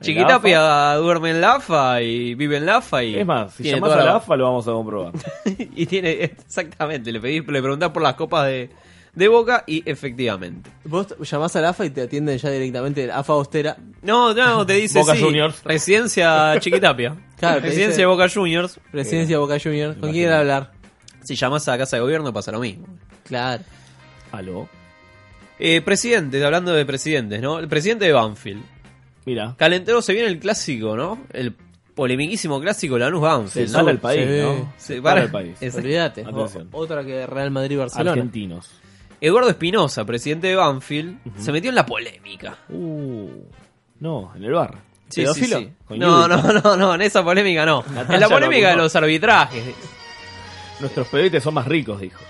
S13: Chiquitapia duerme en la AFA y vive en la AFA. Y
S14: Es más, si
S13: tiene
S14: llamás
S13: toda
S14: a la AFA lo vamos a comprobar.
S13: (laughs) y tiene, exactamente, le, pedís, le preguntás por las copas de, de boca y efectivamente.
S6: Vos llamás al AFA y te atienden ya directamente. AFA Austera.
S13: No, no, te dice
S6: Boca
S13: sí,
S6: Juniors.
S14: (laughs)
S13: Residencia Chiquitapia.
S6: Claro, te
S13: Residencia
S6: dice-
S13: de Boca Juniors.
S6: Presidencia Boca Juniors. ¿Con quién era hablar?
S13: Si llamás a Casa de Gobierno pasa lo mismo.
S6: Claro.
S14: Aló.
S13: Eh, presidentes, hablando de presidentes, ¿no? El presidente de Banfield.
S14: Mira.
S13: Calentero se viene el clásico, ¿no? El polemiquísimo clásico Lanús Banfield.
S14: Se
S13: ¿no?
S14: para el país,
S13: ve.
S14: ¿no?
S13: Se
S14: Se
S13: para,
S14: para el país.
S13: Es-
S6: Olvídate.
S14: (laughs) Atención.
S6: O- Otra que Real Madrid-Barcelona.
S14: Argentinos.
S13: Eduardo Espinosa, presidente de Banfield, se metió en la polémica.
S14: Uh, no, en el bar.
S13: Sí, sí,
S14: ¿Pedófilo?
S13: sí.
S14: Con
S13: No,
S14: Yuri.
S13: no, no, no, en esa polémica no. En
S14: lo
S13: la polémica de
S14: apuntó.
S13: los arbitrajes.
S14: Nuestros pedoites son más ricos, dijo.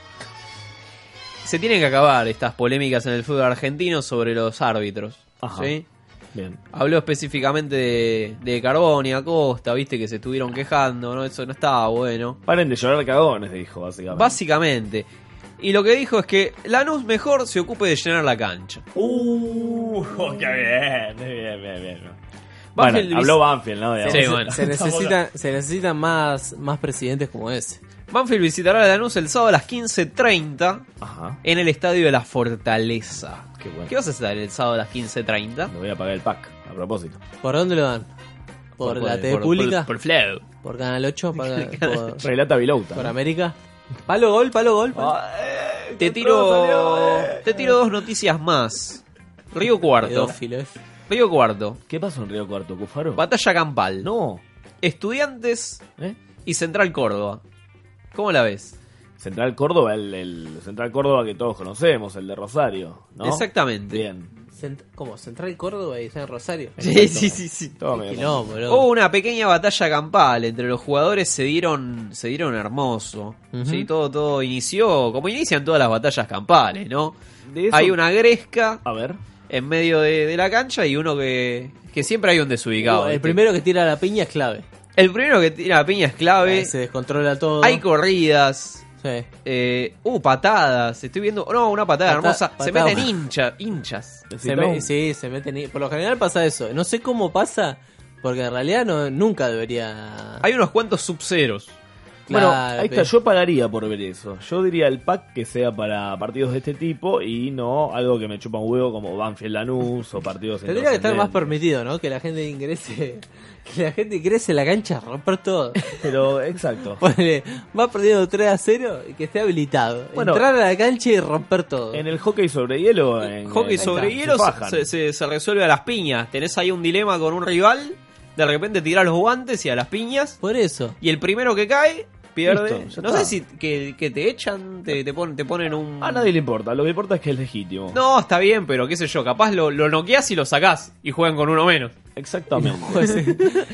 S13: Se tienen que acabar estas polémicas en el fútbol argentino sobre los árbitros.
S14: Ajá.
S13: ¿sí?
S14: Bien.
S13: Habló específicamente de, de Carbón y Acosta, viste que se estuvieron quejando, ¿no? Eso no estaba bueno.
S14: Paren de llorar cagones, dijo, básicamente.
S13: Básicamente. Y lo que dijo es que Lanús mejor se ocupe de llenar la cancha.
S14: Uh, (laughs) qué bien, bien, bien, bien. Bueno,
S13: Banfield-
S14: habló Banfield, ¿no?
S13: Sí,
S14: Digamos.
S13: bueno.
S6: Se necesitan, se necesitan más, más presidentes como ese.
S13: Banfield visitará a Lanús el sábado a las 15.30 en el estadio de la Fortaleza.
S14: Qué bueno.
S13: ¿Qué vas a hacer el sábado a las 15.30?
S14: Me voy a pagar el pack, a propósito.
S6: ¿Por dónde lo dan? ¿Por,
S13: Por-
S6: la
S13: por-
S6: TV
S13: por-
S6: pública?
S13: por- por Flau.
S6: ¿Por Canal
S13: (laughs)
S6: 8? ¿Por, por-
S14: Relata Vilouta.
S6: por América? Palo gol, palo gol. palo- eh,
S13: Te tiro, te tiro dos noticias más. Río Cuarto.
S6: Pedófilo, eh.
S13: Río Cuarto.
S14: ¿Qué pasó en Río Cuarto, Cufaro?
S13: Batalla campal.
S14: No. ¿Eh?
S13: Estudiantes y Central Córdoba. ¿Cómo la ves?
S14: Central Córdoba, el, el Central Córdoba que todos conocemos, el de Rosario, ¿no?
S13: Exactamente.
S14: Bien.
S6: Cent- ¿Cómo? ¿Central Córdoba y está en Rosario?
S13: Sí, sí, sí, sí.
S14: Todo medio
S6: Quilombo, loco.
S13: Hubo una pequeña batalla campal entre los jugadores, se dieron, se dieron hermoso.
S6: Ujú.
S13: Sí, todo, todo inició, como inician todas las batallas campales, ¿no?
S14: De eso-
S13: Hay una gresca
S14: A ver.
S13: en medio de, de la cancha y uno que, que siempre hay un desubicado.
S6: el
S13: ¿viste?
S6: primero que tira la piña es clave.
S13: El primero que tira la piña es clave.
S6: Ahí se descontrola todo.
S13: Hay corridas.
S6: Sí.
S13: Eh, uh, patadas. Estoy viendo. No, una patada
S6: Pata-
S13: hermosa. Se
S6: patada.
S13: meten hincha, hinchas.
S6: Se me- sí, se meten. y- Por lo general pasa eso. No sé cómo pasa, porque en realidad no, nunca debería.
S13: Hay unos cuantos subceros.
S14: Bueno,
S6: Claro,
S14: ahí está,
S6: pero-
S14: yo pagaría por ver eso. Yo diría el pack que sea para partidos de este tipo y no algo que me chupa un huevo como Banfield Lanús o partidos en
S6: Tendría que estar más permitido, ¿no? Que la gente ingrese. (laughs) Que la gente ingrese en la cancha a romper
S14: (laughs)
S6: todo.
S14: Pero, exacto.
S13: (laughs)
S6: Ponele, va perdiendo 3 a 0 y que esté habilitado.
S14: Bueno,
S6: Entrar a la cancha y romper todo.
S14: En el hockey sobre hielo. En,
S13: Hockey
S14: en-
S13: sobre
S14: se
S13: hielo
S14: fajan.
S13: se, se- se resuelve a las piñas. Tenés ahí un dilema con un rival. De repente tirás los guantes y a las piñas.
S6: Por eso.
S13: Y el primero que cae pierde.
S14: Listo, ya
S13: no
S14: está.
S13: sé si que, que te echan, te, te ponen, te ponen un...
S14: A nadie le importa, lo que importa es que es legítimo.
S13: No, está bien, pero qué sé yo, capaz lo, lo noqueás y lo sacás y juegan con uno menos. (laughs)
S14: Exactamente.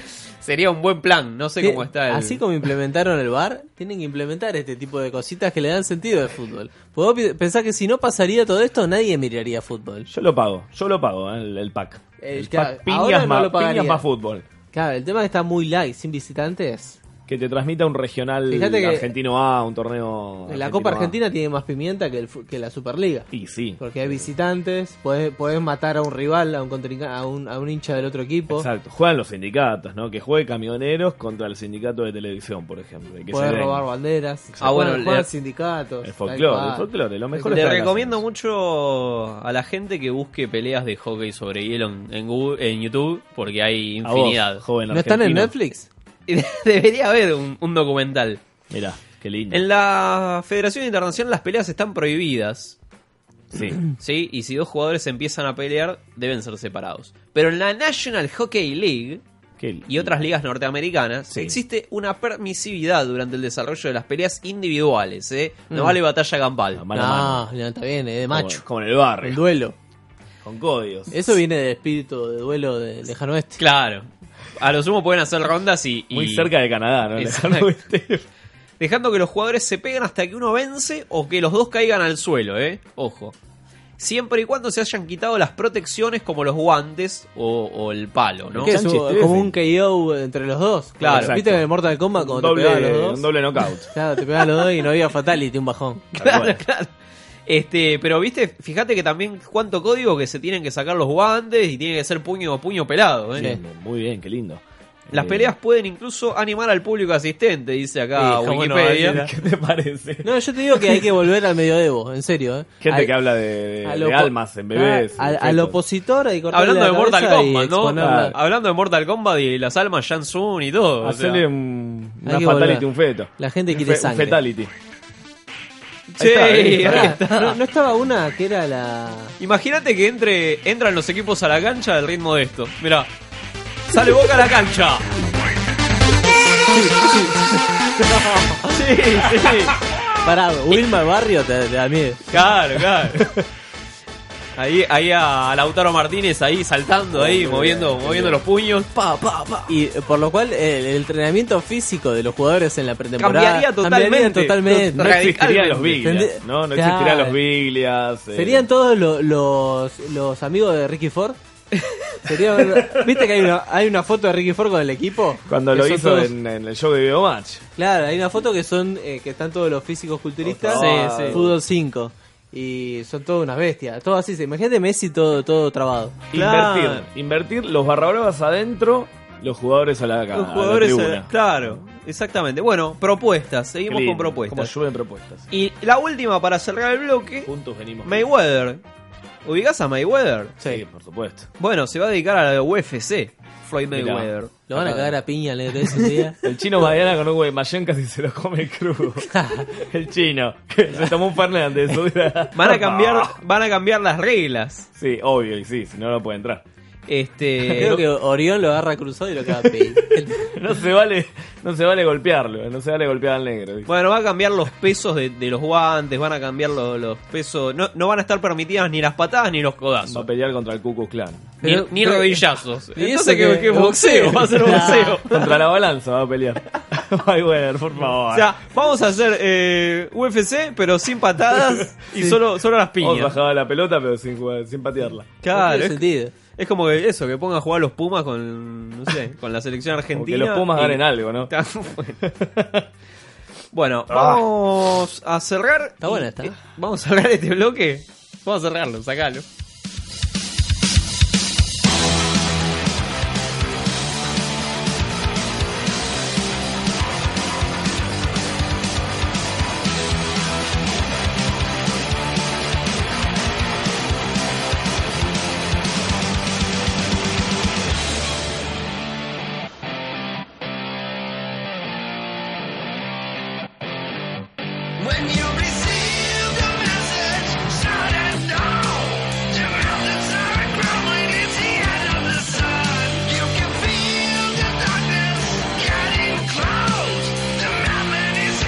S13: Sería un buen plan, no sé
S6: Ti-
S13: cómo está el...
S6: Así como implementaron el bar, tienen que implementar este tipo de cositas que le dan sentido al fútbol. Pues Puedo pensar que si no pasaría todo esto, nadie miraría fútbol.
S14: Yo lo pago, yo lo pago, eh, el, el pack.
S6: El
S14: El
S6: que-
S14: pack
S6: ahora
S14: piñas
S6: no
S14: más
S6: lo pagaría.
S14: piñas más fútbol.
S6: Claro, el tema es que está muy light, sin visitantes.
S14: Que te transmita un regional
S6: Fíjate que-
S14: argentino A, un torneo.
S6: La
S14: argentino
S6: Copa
S14: A.
S6: Argentina tiene más pimienta que, el fu- que la Superliga.
S14: Y sí.
S6: Porque hay visitantes, podés, podés matar a un rival, a un, contrinca- a un, a un hincha del otro
S13: Oh.
S6: equipo.
S14: Exacto, juegan los sindicatos, ¿no? Que juegue camioneros contra el sindicato de televisión, por ejemplo. y Que
S6: Podés
S14: se den.
S6: robar banderas.
S14: Ah, bueno,
S6: Juegan-
S14: le-
S6: juegan sindicatos.
S14: El
S6: tal
S14: folclore,
S6: cual.
S14: el folclore, lo mejor
S13: Le
S14: está en la-
S13: recomiendo mucho a la gente que busque peleas de hockey sobre hielo en, en Google- en YouTube porque hay
S14: A vos,
S13: infinidad.
S14: joven ¿No están en argentino.
S13: (laughs)
S6: Netflix?
S13: Debería haber un, un documental.
S14: Mirá, qué lindo.
S13: En la Federación Internacional las peleas están prohibidas.
S14: Sí.
S13: (clears throat) Sí, y si dos jugadores empiezan a pelear, deben ser separados. Pero en la National Hockey League y otras ligas norteamericanas, existe una permisividad durante el desarrollo de las peleas individuales. ¿eh? No
S6: Mm.
S13: vale batalla campal. Ah,
S6: No, no, está bien, es de macho.
S14: Como en el barrio.
S6: El duelo.
S14: Con códigos.
S6: Eso viene del espíritu de duelo de Este. lejano oeste.
S13: Claro. A lo sumo pueden hacer rondas y. y-
S14: Muy cerca de Canadá, ¿no?
S13: Exacto. Dejando que los jugadores se peguen hasta que uno vence o que los dos caigan al suelo, ¿eh? Ojo. Siempre y cuando se hayan quitado las protecciones como los guantes o, o el palo, ¿no?
S6: ¿Qué es? Un- Como un KO entre los dos. Claro.
S13: Claro.
S6: ¿Viste
S13: Exacto.
S6: en el Mortal Kombat cuando
S13: Un
S6: te pegaban
S13: doble-
S6: los dos?
S13: un doble knockout.
S6: Claro, te pegaban los dos y no había fatality, un bajón. (laughs)
S13: Claro, claro. Este, pero viste, fíjate que también cuánto código que se tienen que sacar los guantes y tiene que ser puño puño pelado, ¿eh?
S14: Muy bien, qué lindo.
S13: Las
S14: Eh,
S13: peleas pueden incluso animar al público asistente, dice acá
S14: Sí, cómo no,
S13: Wikipedia.
S14: Daniela. ¿Qué te parece?
S6: No, yo te digo que hay que volver al medioevo, en serio. ¿eh?
S14: Gente
S6: Al-
S14: que habla de,
S6: al
S14: de
S6: opo-
S14: almas en bebés.
S6: Ah, al-
S14: en
S6: al
S14: fetos.
S6: opositor hay que cortarle
S13: Hablando
S6: la
S13: de Mortal
S6: cabeza y
S13: Kombat, ¿no?
S6: exponerla.
S13: Hablando de Mortal Kombat y las almas Jansun y todo. o sea.
S14: Hacerle un-
S6: Hay
S14: una
S6: que
S14: fatality,
S6: volver.
S14: un feto.
S6: La gente
S14: Un
S6: quiere
S14: fe- un
S6: sangre.
S14: fatality.
S13: Sí, ahí
S6: Pará,
S13: está.
S6: No, no estaba una que era la.
S13: Imagínate que entre, entran los equipos a la cancha al ritmo de esto. Mirá. Sale Boca a la cancha. Sí, (laughs) sí.
S6: Parado, Wilmar Barrio te, te da miedo.
S13: Claro, claro. Ahí, ahí a Lautaro Martínez ahí saltando, ahí moviendo, moviendo los puños. Pa, pa, pa.
S6: Y eh, por lo cual el, el entrenamiento físico de los jugadores en la pretemporada
S13: Cambiaría totalmente.
S6: totalmente.
S14: No existirían los Biglias.
S6: Tendría-
S14: No, no
S6: Claro.
S14: existirían los Biglias. eh.
S6: ¿Serían todos lo- los, los amigos de Ricky
S14: (laughs)
S6: Ford? Sería- ¿Viste que hay una, hay una foto de Ricky Ford con el equipo?
S14: Cuando
S6: Que
S14: lo
S6: son
S14: hizo
S6: todos-
S14: en, en el show de Videomatch.
S6: Claro, hay una foto que son eh, que están todos los físicos culturistas.
S14: Sí, sí.
S6: Fútbol 5. Y son todas unas bestias. Todo así. Imagínate Messi todo, todo trabado.
S14: Invertir. Invertir los barrabravas adentro, los jugadores a la, ca-
S13: Los
S14: a la
S13: jugadores,
S14: tribuna.
S13: eh, claro, exactamente. Bueno, propuestas,
S14: Qué
S13: seguimos con
S14: lindo, Como
S13: propuestas.
S14: llueven propuestas.
S13: Y la última para cerrar el bloque,
S14: Juntos venimos.
S13: Mayweather. ¿Ubicás a Mayweather?
S14: Sí, por supuesto.
S13: Bueno, se va a dedicar a la UFC, Floyd
S14: Mirá.
S13: Mayweezer.
S6: Lo van a cagar a piña le- de ese día.
S14: (laughs) El chino Mariana con un güey Mayen casi se lo come crudo.
S6: (laughs)
S14: El chino, que se tomó un
S13: (laughs)
S14: Fernández. Ah. (laughs)
S13: Van a cambiar, van a cambiar las reglas.
S14: Sí, obvio, y sí, si no, no puede entrar.
S13: Este,
S6: Creo que Orión lo agarra cruzado y lo caga a piña.
S14: (laughs) No se vale, no se vale golpearlo, no se vale golpear al negro. ¿viste?
S13: Bueno, va a cambiar los pesos de, de los guantes, van a cambiar lo- los pesos. No, no van a estar permitidas ni las patadas ni los
S14: Va a
S13: codazos.
S14: pelear contra el Cucu Clan.
S13: Ni,
S6: Pero-
S13: ni
S6: pero-
S13: rodillazos.
S6: ¿Y
S13: Entonces,
S6: eso
S13: que,
S6: qué?
S13: que boxeo, va a ser boxeo.
S14: (laughs) Contra la balanza va a pelear. (laughs) Mayweather, por favor.
S13: O sea, vamos a hacer eh, UFC, pero sin patadas
S14: (laughs)
S13: y solo, solo las
S14: Vos
S13: piñas.
S14: bajaba la pelota, pero sin, jugar- sin patearla.
S13: Claro,
S6: tiene
S13: es,
S6: sentido.
S13: es como que eso, que ponga a jugar los Pumas con, no sé, con la selección
S14: Como
S13: argentina.
S14: que los Pumas
S13: y-
S14: ganen algo, ¿no? (laughs)
S13: Bueno,
S14: Ah.
S13: vamos a cerrar. Está
S6: buena esta.
S13: Vamos a cerrar este bloque. Vamos a cerrarlo, sacalo.
S4: When you receive the message, shout it now. You have the time growing, it's the end of the sun. You can feel the darkness getting close. The memories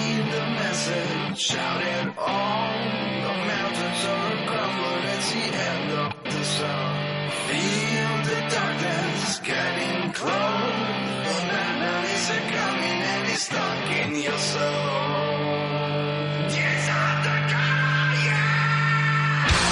S4: blessed, shouted on. The mountains are crumbling, it's the end of the song. Feel the darkness getting close. The madman is a coming and he's stuck in your soul. Yes, I'm the god, yeah!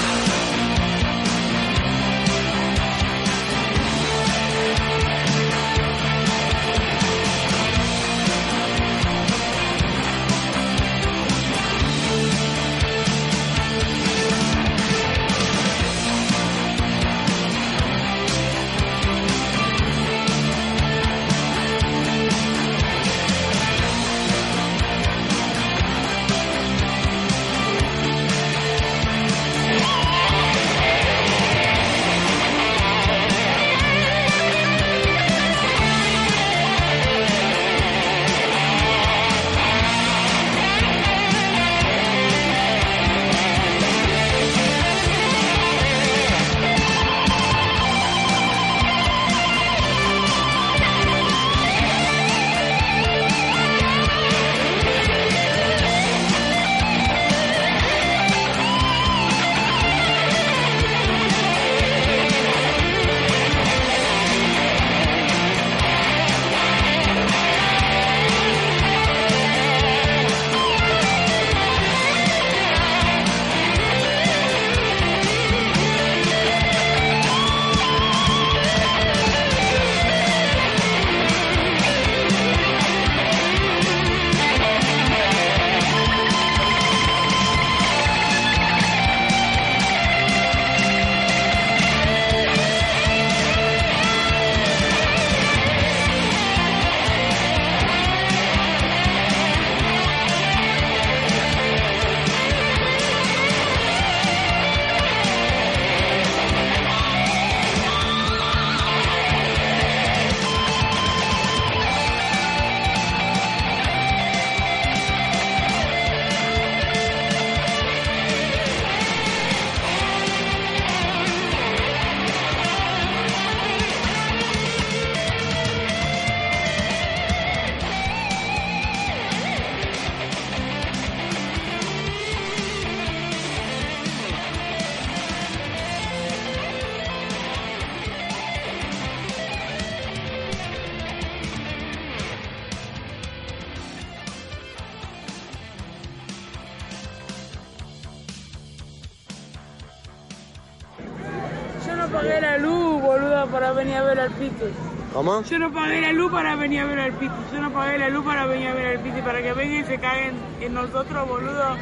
S8: Yo no pagué la luz, boluda, para venir a ver al Piti.
S18: ¿Cómo?
S8: Yo no pagué la luz para venir a ver al Piti. Yo no pagué la luz para venir a ver al Piti. Para que vengan y se caguen en nosotros, boludo.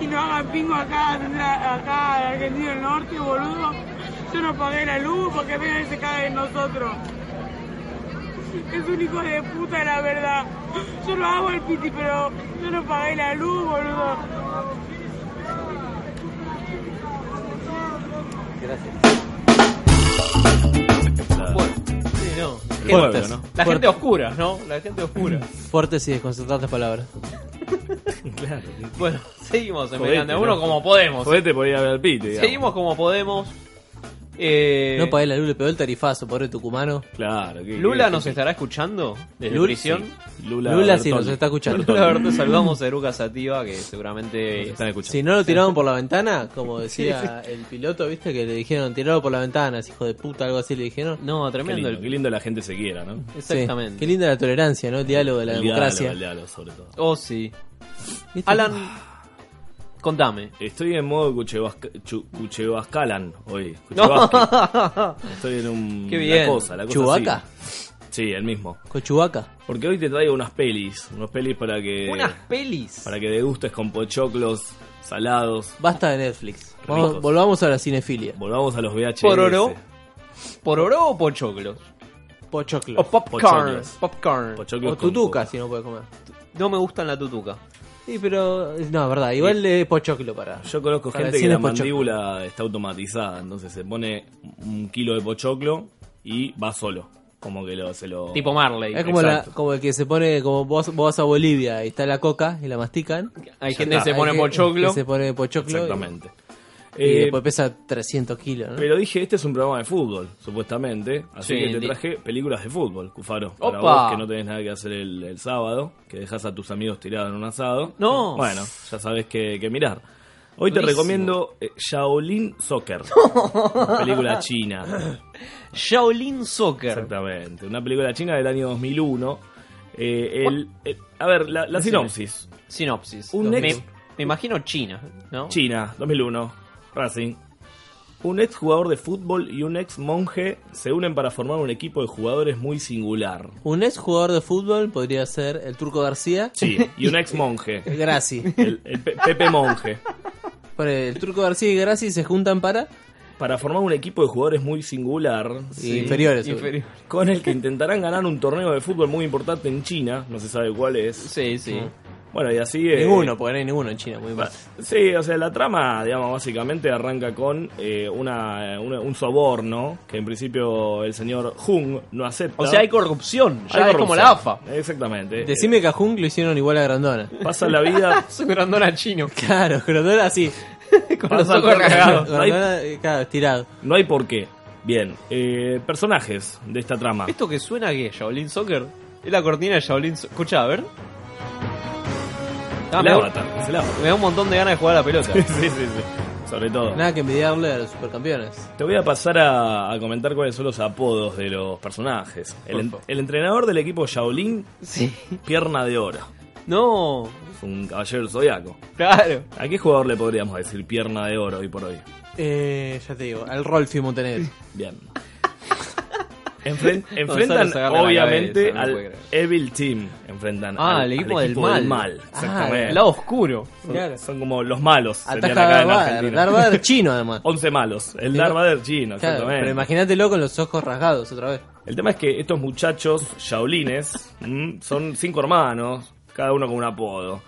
S8: Y nos hagan pingo acá, acá, al Argentino del Norte, boludo. Yo no pagué la luz para que vengan y se caguen en nosotros. Es un hijo de puta, la verdad. Yo lo hago al Piti, pero yo no pagué la luz, boludo.
S13: Gracias.
S6: Bueno,
S13: sí,
S6: El
S13: no.
S6: pueblo,
S13: Fuertes.
S6: ¿no?
S13: La gente
S6: Fuertes.
S13: oscura, ¿no? La gente oscura.
S6: Fuertes y desconcertantes palabras.
S13: (laughs) claro. Bueno, seguimos en
S14: Jodete,
S13: Miranda.
S14: ¿no?
S13: Uno como podemos.
S14: Jodete por ir a ver al Piti, digamos.
S13: Seguimos como podemos. Eh,
S6: No pagué la luz, le pegó el tarifazo, pobre tucumano.
S14: Claro.
S13: ¿Lula nos estará escuchando desde
S6: Lula,
S13: prisión?
S6: sí. Lula Lula sí Bertoldi. nos está escuchando.
S13: Lula Bertoldi, saludamos a Eruca Sativa que seguramente están escuchando.
S6: Si no lo tiraron por la ventana, como decía
S13: (laughs) Sí,
S6: el piloto, viste que le dijeron tirarlo por la ventana, hijo de puta, algo así le dijeron.
S13: No,
S14: Qué lindo, qué lindo la gente se quiera, ¿no?
S6: Sí. Qué linda la tolerancia, ¿no? El diálogo de la
S14: El diálogo,
S6: democracia.
S14: el diálogo, sobre todo.
S13: Oh, sí. Alan,
S6: Ah.
S13: contame.
S14: Estoy en modo cuchevasca- chu- cuchevascalan
S13: (laughs)
S14: hoy. Cuchevasque. Estoy en un.
S6: Qué bien.
S14: La cosa, la cosa
S6: ¿Chubaca?
S14: sigue. Sí, el mismo.
S6: Con Chubaca.
S14: Porque hoy te traigo unas pelis. Unas pelis para que.
S6: Unas pelis.
S14: Para que degustes con pochoclos salados.
S6: Basta de Netflix. Vamos-
S14: Ricos.
S6: volvamos a la cinefilia.
S14: Volvamos a los VHS.
S13: ¿Pororó? ¿Pororó o pochoclos?
S6: Pochoclos.
S13: O popcorn.
S6: Pochoclos.
S13: Popcorn.
S6: O tutuca, si no puede comer.
S13: No me gustan la tutuca.
S6: Sí, pero. No, es verdad. Igual de pochoclo para.
S14: Yo conozco
S6: para
S14: gente que
S6: cine
S14: la
S6: pochoclo.
S14: mandíbula está automatizada, entonces se pone un kilo de pochoclo y va solo. Como que lo, se lo.
S13: Tipo Marley.
S6: Es como, la,
S14: Exacto.
S6: como el que se pone, como vos, vos vas a Bolivia y está la coca y la mastican.
S13: Hay
S6: Ya
S13: gente que
S6: está.
S13: se pone
S6: Hay
S13: pochoclo.
S6: que se pone pochoclo. y-
S14: Exactamente.
S6: Y
S13: Eh,
S6: después pesa 300 kilos, ¿no?
S13: Pero dije, este es un programa de fútbol, supuestamente. Así
S6: Sí,
S13: que te
S6: di-
S13: traje películas de fútbol, Cufaro. Para
S6: ¡Opa!
S13: vos que no tenés nada que hacer el, el sábado, que dejas a tus amigos tirados en un asado.
S6: No.
S13: Bueno, ya sabes que, que mirar. Hoy te
S8: Durísimo.
S13: recomiendo eh, Shaolin Soccer. película china.
S8: (laughs) Shaolin Soccer.
S13: Exactamente. Una película china del año 2001. Eh, el- el- a ver, la, la
S8: Decime.
S13: sinopsis.
S8: Sinopsis.
S13: Un
S8: me,
S13: ex-
S8: me imagino China, ¿no?
S13: China, 2001. Racing. Un ex jugador de fútbol y un ex monje se unen para formar un equipo de jugadores muy singular.
S6: Un ex jugador de fútbol podría ser el Turco García.
S13: Sí, y un ex monje.
S6: (laughs) Graci.
S13: El, el Pe- Pepe Monje.
S6: Por el Turco García y Graci se juntan para.
S13: Para formar un equipo de jugadores muy singular.
S6: Sí, inferiores, seguro.
S8: Inferiores.
S13: Con el que intentarán ganar un torneo de fútbol muy importante en China. No se sabe cuál es. Sí, sí. Bueno, y así. eh,
S6: Ninguno, porque no hay ninguno en China. Muy mal.
S13: Sí, o sea, la trama, digamos, básicamente arranca con eh, una, una- un soborno que en principio el señor Jung no acepta.
S8: O sea, hay corrupción. Ya
S13: Hay
S8: es como
S13: corrupción.
S8: la AFA.
S13: Exactamente.
S6: Decime que a Jung lo hicieron igual a Grandona.
S13: Pasa la vida.
S8: (laughs) Es un grandona chino.
S6: Claro, Grandona así.
S8: (laughs) Con los ojos rasgados.
S6: Grandona, eh, claro, estirado.
S13: No hay por qué. Bien, eh, personajes de esta trama.
S8: Esto que suena que Shaolin Soccer es la cortina de Shaolin Soccer. Escucha, a ver. Ah,
S13: El
S8: me,
S13: avatar,
S8: da,
S13: es el avatar.
S8: me da un montón de ganas de jugar a la pelota.
S13: (laughs) Sí, sí, sí, sí. Sobre todo.
S6: Nada que envidiarle a los supercampeones.
S13: Te voy a pasar a, a comentar cuáles son los apodos de los personajes. El,
S6: Por
S13: en-
S6: favor.
S13: el entrenador del equipo Shaolin, pierna de oro.
S8: No.
S13: Es un caballero del zodiaco.
S8: Claro.
S13: ¿A qué jugador le podríamos decir pierna de oro hoy por hoy?
S6: Eh, ya te digo, al Rolfi Montenegro.
S13: Bien. Enfren-
S6: Gonzalo
S13: enfrentan
S6: se agarra la
S13: obviamente
S6: cabeza, no puede
S13: al Evil Team. Enfrentan
S8: Ah,
S13: al,
S8: el
S13: al
S8: equipo del mal. Ah,
S13: exactamente.
S8: el lado oscuro.
S13: Son,
S8: Claro.
S13: son como los malos. serían
S6: Ataca
S13: acá
S6: a
S13: en
S6: Darth Vader,
S13: Argentina.
S6: Darth
S13: (laughs)
S6: Vader chino, además.
S13: 11 malos. El
S6: Sí,
S13: Darth Vader chino,
S6: Claro,
S13: exactamente.
S6: pero imagínatelo con los ojos rasgados otra vez.
S13: El tema es que estos muchachos shaolines mm, son cinco hermanos, cada uno con un apodo.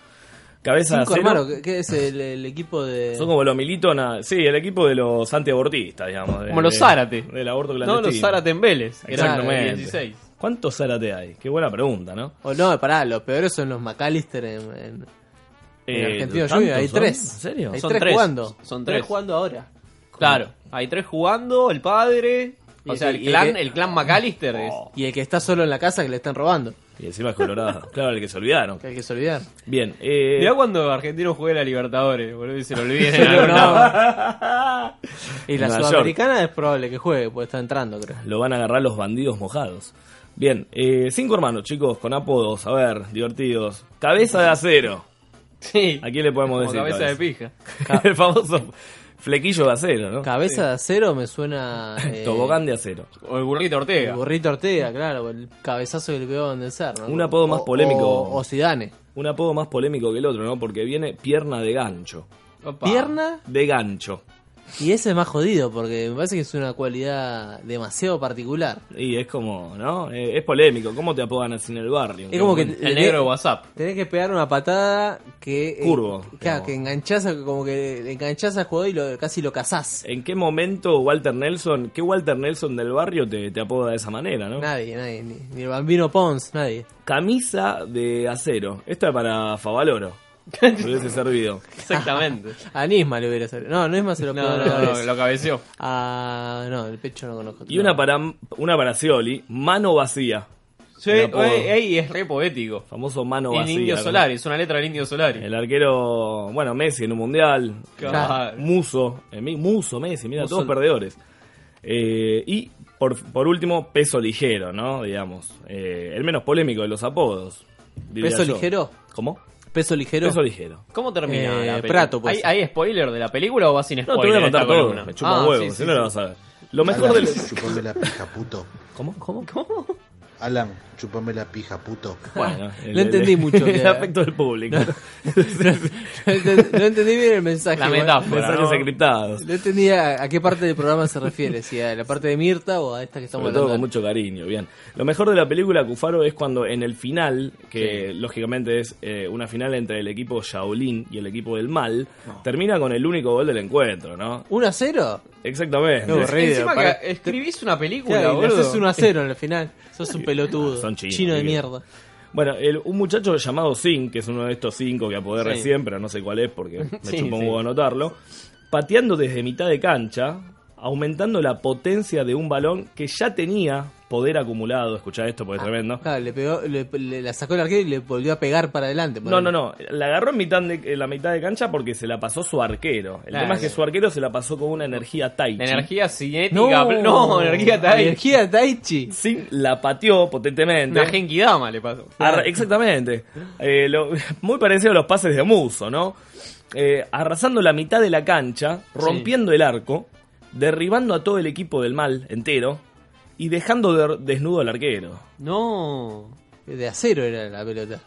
S13: Cabeza de
S6: Cinco
S13: acero.
S6: hermanos, ¿qué- ¿qué es el, el equipo de...?
S13: Son como los militona, sí, el equipo de los antiabortistas, digamos. de-
S8: Como los
S13: de-
S8: Zárate.
S13: Del aborto
S8: No,
S13: clandestino.
S8: los Zárate en Vélez, que eran
S13: Exactamente.
S8: 16.
S13: ¿Cuántos Zárate hay? Qué buena pregunta, ¿no?
S6: O Oh, no, pará, los peores son los McAllister en, en, en
S13: Eh,
S6: Argentino
S13: ¿tantos
S6: Junior. Hay
S13: son?
S6: tres.
S13: ¿En serio?
S6: Hay
S8: Son
S6: tres,
S8: tres,
S6: jugando.
S8: son tres.
S6: jugando ahora.
S8: Claro. Hay tres jugando, el padre. O
S6: Y-
S8: sea, el
S6: y- y
S8: clan,
S6: que-
S8: el clan McAllister es.
S6: Y el que está solo en la casa que le están robando.
S13: Y encima
S6: (laughs)
S13: es colorado. claro, el que se olvidaron.
S6: Que hay que se olvidar.
S13: Bien, eh,
S8: Mirá cuando Argentino juega la Libertadores, boludo, y se lo
S13: (laughs)
S8: olviden.
S6: Sí,
S8: en algún
S6: no.
S8: lado.
S6: Y la
S13: Nueva York.
S6: sudamericana es probable que juegue, porque está entrando, creo.
S13: lo van a agarrar los bandidos mojados. Bien, eh, cinco hermanos, chicos, con apodos, a ver, divertidos. Cabeza de acero.
S8: Sí.
S13: ¿A quién le podemos
S8: Como
S13: decir?
S8: cabeza de pija.
S13: (laughs) el famoso flequillo de acero, ¿no?
S6: Cabeza de acero me suena... eh,
S13: Tobogán de acero.
S8: O el burrito Ortega.
S6: El burrito Ortega, claro, el cabezazo del peón del cerro.
S13: Un apodo más polémico.
S6: O, o Zidane.
S13: Un apodo más polémico que el otro, ¿no? Porque viene pierna de gancho.
S6: Pierna
S13: De gancho.
S6: y ese es más jodido porque me parece que es una cualidad demasiado particular.
S13: Y es como, ¿no? Eh, es polémico. ¿Cómo te apodan así en el barrio?
S6: Es como que
S13: Bueno,
S6: le-
S8: WhatsApp.
S6: Tenés que pegar una patada que. eh,
S13: Curvo,
S6: claro,
S13: digamos.
S6: que enganchás, a- como que enganchás al jugador y lo, casi lo cazás.
S13: ¿En qué momento Walter Nelson, qué Walter Nelson del barrio te, te apoda de esa manera, no?
S6: Nadie, nadie. Ni, ni el bambino Pons, nadie.
S13: Camisa de acero. Esta es para Favaloro. Me hubiese servido.
S8: Exactamente.
S6: A Nisma le hubiera salido. No, Nisma se lo
S8: No,
S6: quedó
S8: no,
S6: una
S8: no,
S6: vez.
S8: lo cabeció.
S6: Ah, no, el pecho no conozco.
S13: Y una para, una para Scioli, mano vacía.
S8: Sí,
S13: El apodo.
S8: ey, ey, es re poético.
S13: Famoso mano
S8: El
S13: vacía.
S8: Indio
S13: ¿no?
S8: Solari, es una letra del Indio Solari.
S13: El arquero, bueno, Messi en un mundial.
S8: Claro.
S13: Muso, eh, mi- Muso, Messi, mira,
S8: Muso.
S13: todos perdedores. Eh, y por, por último, peso ligero, ¿no? Digamos, eh, el menos polémico de los apodos. diría
S6: ¿Peso
S13: yo.
S6: ligero?
S13: ¿Cómo?
S6: Peso ligero.
S13: Peso ligero.
S8: ¿Cómo termina
S6: Eh,
S8: la película?
S6: Prato, pues.
S8: ¿Hay, hay spoiler de la película o va sin
S13: No,
S8: spoiler?
S13: te voy a
S8: esta
S13: contar todo.
S8: columna?
S13: Me chupa
S8: Ah,
S13: un huevo,
S8: sí, sí,
S13: si no
S8: sí.
S13: lo vas a ver. Lo mejor
S1: Alan,
S13: del.
S1: (laughs) Chupame la pija, puto.
S13: ¿Cómo? ¿Cómo?
S1: Alan, chupame la pija, puto.
S13: (laughs) Bueno,
S6: No entendí mucho.
S13: El
S6: que-
S13: afecto del
S6: (laughs)
S13: público.
S6: No enten- no entendí bien el mensaje.
S8: La
S6: bueno.
S8: metáfora,
S13: Mensajes
S8: ¿no?
S13: encriptados.
S6: No entendía a, a qué parte del programa se refiere, si a la parte de Mirta o a esta que estamos
S13: Sobre todo con
S6: hablando.
S13: mucho cariño, bien. Lo mejor de la película Cufaro es cuando en el final, que lógicamente es eh, una final entre el equipo Shaolin y el equipo del mal, termina con el único gol del encuentro, ¿no?
S6: ¿1 a 0?
S13: Exactamente.
S6: Qué aburrido,
S8: Encima
S6: para-
S8: que escribís una película,
S6: Claro, y le
S8: boludo.
S6: haces 1 a 0 en el final. Sos un pelotudo.
S13: Son chinos,
S6: Chino de
S13: sí que-
S6: mierda.
S13: Bueno, el- un muchacho llamado Zin, que es uno de estos cinco que apodé
S6: Sí. (laughs)
S13: recién, pero no sé cuál es porque me
S6: Sí,
S13: chupa un
S6: sí.
S13: huevo anotarlo. pateando desde mitad de cancha, aumentando la potencia de un balón que ya tenía poder acumulado. Escuchá esto porque es tremendo.
S6: Ah, Claro, le pegó, le- le- la sacó el arquero y le volvió a pegar para adelante.
S13: No, no, no. La agarró en, mitad de- en la mitad de cancha porque se la pasó su arquero. El
S6: Claro.
S13: tema es que su arquero se la pasó con una energía tai chi.
S3: Energía cinética. No, energía tai.
S6: Energía tai chi.
S13: Sí, la pateó potentemente.
S3: Una Genki Dama le pasó.
S13: Arra- exactamente. Eh, lo- (laughs) muy parecido a los pases de Muso, ¿no? Eh, arrasando la mitad de la cancha, rompiendo el arco, derribando a todo el equipo del mal entero y dejando de- desnudo al arquero.
S6: No. De acero era la pelota.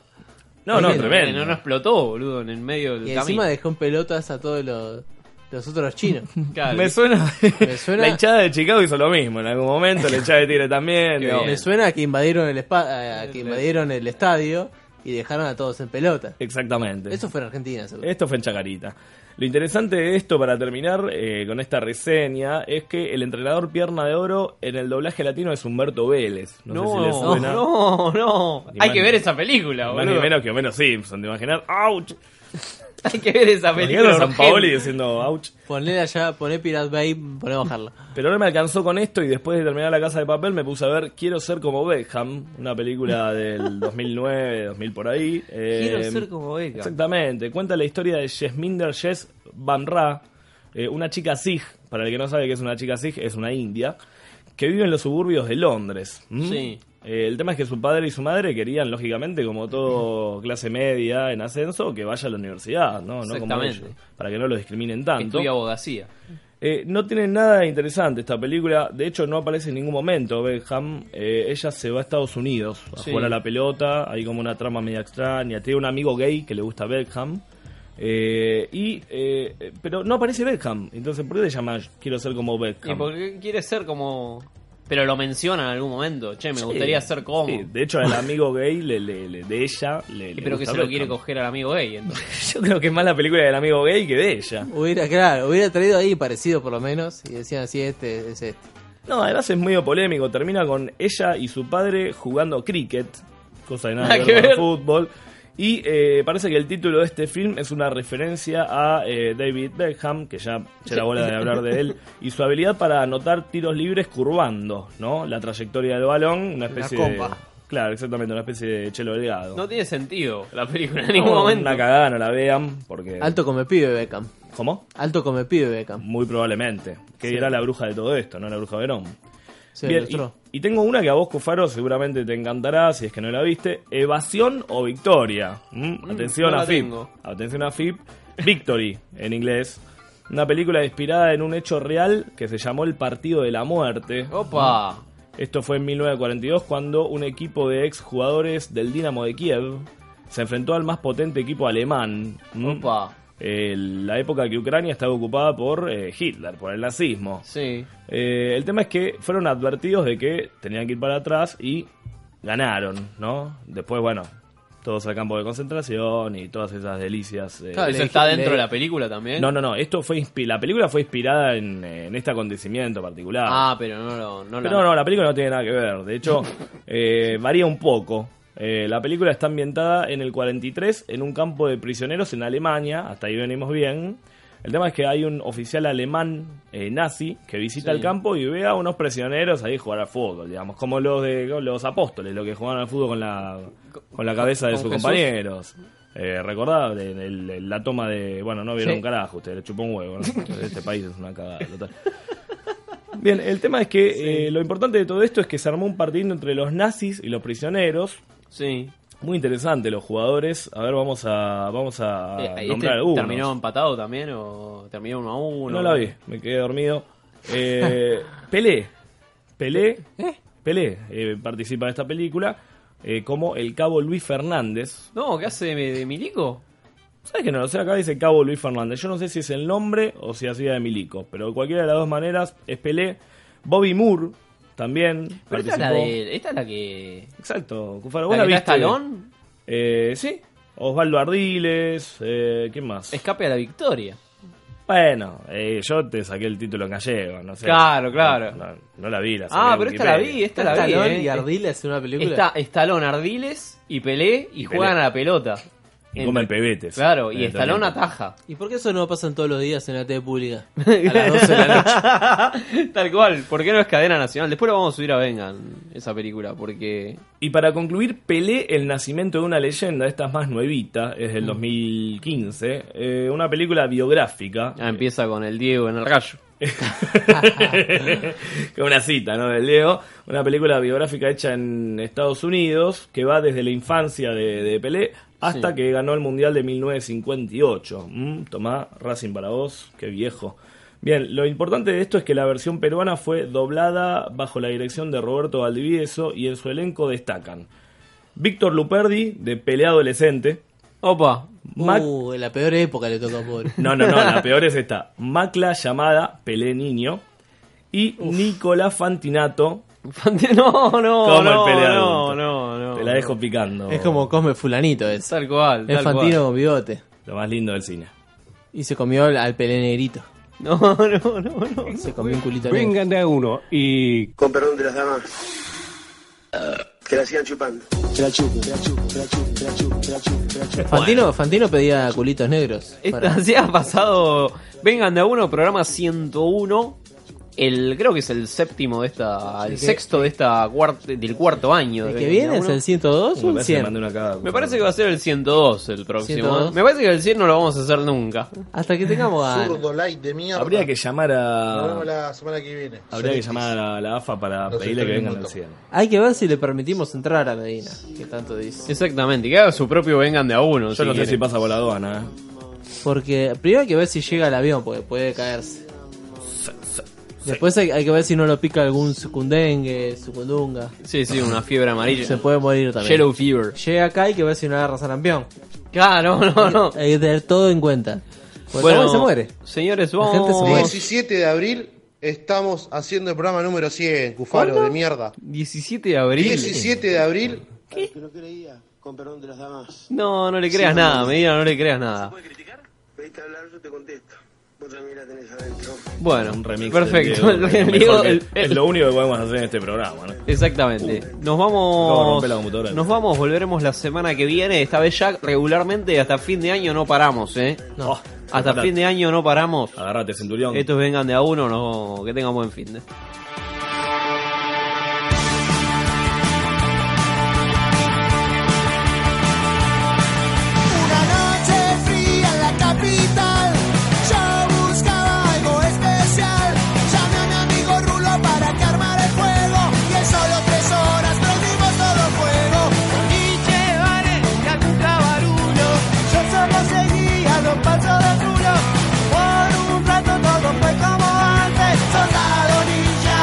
S13: No, no, tremendo.
S3: No, no explotó, boludo, en el medio del
S6: Y
S3: camino.
S6: encima dejó en pelotas a todos los, los otros chinos.
S3: Claro.
S13: Me suena,
S6: Me suena-
S13: (laughs) La hinchada de Chicago hizo lo mismo en algún momento, la hinchada de Tigre también. digo.
S6: Me suena a que invadieron el espa- a que invadieron el estadio y dejaron a todos en pelota.
S13: Exactamente.
S6: Eso fue en Argentina, seguro.
S13: Esto fue en Chacarita. Lo interesante de esto, para terminar eh, con esta reseña, es que el entrenador Pierna de Oro en el doblaje latino es Humberto Vélez. No, sé si les
S3: No,
S13: suena.
S3: no, no.
S13: Ni
S3: Hay
S13: más
S3: que
S13: ni-
S3: ver esa película,
S13: Más ni
S3: boludo.
S13: menos que Homero Simpson, ¿te imaginas? ¡Auch!
S3: (laughs) Hay que ver esa película.
S13: Imagínate a San
S3: urgente.
S13: Paoli diciendo ¡Auch!
S6: Ponle allá, poné Pirate Bay, poné a bajarla.
S13: Pero no me alcanzó con esto y después de terminar La Casa de Papel me puse a ver Quiero ser como Beckham, una
S6: (laughs)
S13: película del 2009, 2000 por ahí. Eh,
S3: Quiero ser como Beckham.
S13: Exactamente. Cuenta la historia de Yasminder Jess Van Ra, eh, una chica Sikh. Para el que no sabe qué es una chica Sikh, es una india que vive en los suburbios de Londres. ¿m?
S3: Sí.
S13: Eh, el tema es que su padre y su madre querían, lógicamente, como todo clase media en ascenso, que vaya a la universidad, ¿no? No como
S3: Exactamente.
S13: ellos, para que no lo discriminen
S3: Que
S13: tanto.
S3: estudia abogacía.
S13: Eh, no tiene nada de interesante esta película. De hecho, no aparece en ningún momento Beckham. Eh, ella se va a Estados Unidos a
S3: Sí.
S13: jugar a la pelota. Hay como una trama media extraña. Tiene un amigo gay que le gusta Beckham. Eh, y eh, eh, pero no aparece Beckham. Entonces, ¿por qué le llama Quiero ser como
S3: Y
S13: Beckham?
S3: porque quiere ser como. Pero lo menciona en algún momento. Che, me
S13: Sí,
S3: gustaría ser como.
S13: sí. De hecho, al amigo gay le- le- le- de ella le, le
S3: Pero que
S13: gusta
S3: se lo
S13: Beckham.
S3: quiere coger al amigo gay. Entonces.
S13: (laughs) Yo creo que es más la película del amigo gay que de ella.
S6: Hubiera, claro, hubiera traído ahí parecido por lo menos y decían así, este es este.
S13: No, además es medio polémico. Termina con ella y su padre jugando cricket, cosa de nada,
S3: Nada
S13: que
S3: que
S13: ver con
S3: ver.
S13: fútbol. Y eh, parece que el título de este film es una referencia a eh, David Beckham, que ya, ya era bola de hablar de él, y su habilidad para anotar tiros libres curvando, ¿no? La trayectoria del balón,
S3: (laughs)
S13: una especie
S3: comba.
S13: de. Claro, exactamente, una especie de chelo delgado.
S3: No tiene sentido la película en ningún
S13: No,
S3: momento.
S13: Una cagada, no la vean, porque.
S6: Alto come pibe Beckham.
S13: ¿Cómo?
S6: Alto come pibe Beckham.
S13: Muy probablemente. Que
S6: Sí.
S13: era la bruja de todo esto, no la bruja Verón.
S6: Se
S13: Bien,
S6: demostró.
S13: y, y tengo una que a vos, Cufaro, seguramente te encantará si es que no la viste. ¿Evasión o victoria? ¿Mm?
S3: Mm,
S13: Atención
S3: no
S13: a
S3: la
S13: FIP.
S3: tengo.
S13: Atención a FIP. Victory, en inglés. Una película inspirada en un hecho real que se llamó El Partido de la Muerte.
S3: Opa.
S13: Esto fue en 1942 cuando un equipo de exjugadores del Dinamo de Kiev se enfrentó al más potente equipo alemán. ¿Mm? Eh, la época que Ucrania estaba ocupada por eh, Hitler, por el nazismo.
S3: Sí.
S13: Eh, el tema es que fueron advertidos de que tenían que ir para atrás y ganaron, ¿no? Después, bueno, todos al campo de concentración y todas esas delicias. eh,
S3: Claro, eso está dentro de la película también.
S13: No, no, no. Esto fue inspi- la película fue inspirada en, eh, en este acontecimiento particular.
S3: Ah, pero no lo. No
S13: Pero no, no, la película no tiene nada que ver.
S3: (laughs)
S13: De hecho, eh, varía un poco. Eh, la película está ambientada en el 43 en un campo de prisioneros en Alemania. Hasta ahí venimos bien. El tema es que hay un oficial alemán eh, nazi que visita
S3: Sí.
S13: el campo y ve a unos prisioneros ahí jugar al fútbol, digamos, como los de los apóstoles, los que jugaban al fútbol con la, con la cabeza de
S3: con
S13: sus
S3: Jesús.
S13: compañeros. Eh, recordad en el- en la toma de. Bueno, no vieron
S3: Sí.
S13: un carajo, ustedes le chupó un huevo. ¿no? Este país es una cagada total. (laughs) Bien, el tema es que eh, lo importante de todo esto es que se armó un partido entre los nazis y los prisioneros.
S3: Sí.
S13: Muy interesante los jugadores. A ver, vamos a vamos a
S3: Eh, ¿y este
S13: nombrar algunos.
S3: ¿Terminó empatado también o terminó uno a uno?
S13: No la vi, me quedé dormido.
S3: (laughs)
S13: Eh, Pelé. Pelé. Pelé eh, participa de esta película eh, como el cabo Luis Fernández.
S3: No, ¿qué hace de, de Milico?
S13: ¿Sabes que no lo sé? Acá dice Cabo Luis Fernández. Yo no sé si es el nombre o si hacía de Milico, pero cualquiera de las dos maneras es Pelé. Bobby Moore también
S3: Pero esta es la
S13: participó.
S3: de. Esta es la que.
S13: Exacto, Cufaro,
S3: ¿La
S13: ¿vos
S3: que
S13: la
S3: está
S13: viste?
S3: Stallone?
S13: Eh, sí. Osvaldo Ardiles, eh, ¿quién más?
S3: Escape a la victoria.
S13: Bueno, eh, yo te saqué el título en gallego, no sé.
S3: Claro, claro.
S13: No, no- no la vi, la saqué
S3: Ah,
S13: en
S3: pero esta la
S13: Wikipedia.
S3: vi, esta la vi.
S6: Stallone
S3: eh.
S6: y Ardiles en una película.
S3: Está Estalón, Ardiles y Pelé y,
S13: Pelé.
S3: juegan a la pelota.
S14: Y comen pebetes.
S13: Claro, y
S14: En el
S13: Estalón
S14: entrenamiento.
S13: ataja.
S6: ¿Y por qué eso no pasa todos los días en la tele pública? A las 12 de la noche.
S13: (laughs) Tal cual, ¿por qué no es cadena nacional? Después lo vamos a subir a Vengan, esa película, porque...
S14: Y para concluir, Pelé, el nacimiento de una leyenda, esta es más nuevita, es del 2015, eh, una película biográfica.
S6: Ah,
S13: empieza con el Diego en el (laughs) rayo.
S14: que una cita, ¿no? Del Diego, una película biográfica hecha en Estados Unidos, que va desde la infancia de, de Pelé hasta
S13: Sí.
S14: que ganó el Mundial de 1958. Mm, tomá, Racing para vos, qué viejo. Bien, lo importante de esto es que la versión peruana fue doblada bajo la dirección de Roberto Valdivieso y en su elenco destacan Víctor Luperdi, de Pelé Adolescente.
S13: Opa.
S6: Uh, en la peor época le toca a pobre.
S14: No, no, no,
S13: (laughs)
S14: la peor es esta. Macla llamada Pelé Niño y Nicolás Fantinato.
S13: No, no,
S14: como
S13: no,
S14: el Pelé
S13: no,
S14: adulto.
S13: no, no.
S14: Te la dejo picando.
S6: Es como Cosme Fulanito, es.
S13: Tal cual,
S6: Es
S13: tal
S6: Fantino
S13: cual.
S6: con bigote.
S14: Lo más lindo del cine.
S6: Y se comió al, al pelenegrito.
S13: No, (laughs) no, no, no.
S6: Se comió un culito negro.
S7: Vengan de a uno y.
S18: Con perdón de las damas. Que la sigan chupando. Que la chupen, que la chupen, que la chupen, que la chupen, que la chupen, que la chupen.
S6: Fantino, Fantino pedía culitos negros.
S13: (laughs) Esta- se ha pasado. Vengan de a uno, programa 101. El, creo que es el séptimo de esta. El
S6: que-
S13: sexto de esta cuarta, del cuarto año. de
S6: ¿El que
S13: Vengan
S6: viene
S13: de a
S6: es
S13: uno.
S6: el 102 o el 100?
S13: Me parece que va a ser el 102 el próximo.
S6: 102.
S13: ¿eh? Me parece que el 100 no lo vamos a hacer nunca.
S6: Hasta que tengamos ganas.
S16: Zurdo light de mierda.
S14: Habría que llamar
S16: Nos vemos
S14: a.
S16: la semana que viene.
S14: Habría que llamar a la AFA para
S16: No sé,
S14: pedirle que
S16: estoy
S14: vengan al
S16: minuto.
S14: cielo.
S6: Hay que ver si le permitimos entrar a Medina, que tanto dice.
S13: Exactamente, y que haga su propio vengan de a uno.
S14: Yo no sé
S13: quiere.
S14: si pasa por la aduana. ¿eh?
S6: Porque primero hay que ver si llega el avión, porque puede caerse. Después hay, hay que ver si no lo pica algún sucundengue, sucundunga.
S13: Sí, sí, una fiebre amarilla.
S6: Se puede morir también.
S13: Yellow fever.
S6: Llega acá hay que ver si no agarra sarampión.
S13: Claro, no, no.
S6: Hay que tener todo en cuenta. Porque
S13: Bueno,
S6: bueno, se muere.
S13: Señores,
S6: La
S13: vamos.
S6: gente se muere.
S16: 17 de abril estamos haciendo el programa número 100, Cufaro,
S13: ¿Cuándo?
S16: de mierda.
S13: 17 de abril.
S16: 17 de abril.
S18: Que no creía, con perdón de las damas.
S13: No, no le creas
S18: Sí,
S13: nada,
S18: no.
S13: Medina, no le creas nada.
S18: Pediste hablar, yo te contesto. Vos también la tenés adentro.
S13: Bueno,
S14: Un remix
S13: perfecto.
S14: del Diego,
S13: (laughs) El
S14: mejor
S13: Diego,
S14: que-
S13: el-
S14: Es
S13: el-
S14: lo único que podemos hacer en este programa, ¿no?
S13: Exactamente. Nos
S14: Acabo de
S13: vamos.
S14: romper la computadora.
S13: Nos vamos, volveremos la semana que viene. Esta vez ya regularmente hasta fin de año no paramos, ¿eh?
S14: Oh,
S13: Hasta
S14: agarrate.
S13: fin de año no paramos.
S14: Agarrate, centurión.
S13: Estos vengan de a uno, no, que tengan buen fin ¿eh? de.
S4: Una noche fría en la capital, yo buscaba algo especial. Llamé a mi amigo Rulo para que armara el fuego. Y en solo tres horas prendimos todo fuego. Nietzsche, Vale, y a Cuca Barulo. Yo solo seguía los pasos de Rulo. Por un rato todo fue como antes. Soldado ninja,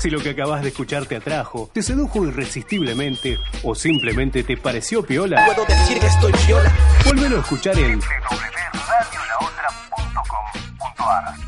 S1: Si lo que acabas de escuchar te atrajo, te sedujo irresistiblemente o simplemente te pareció piola, puedo decir que estoy piola. Vuelvelo a escuchar en
S19: www.radiolaotra.com.ar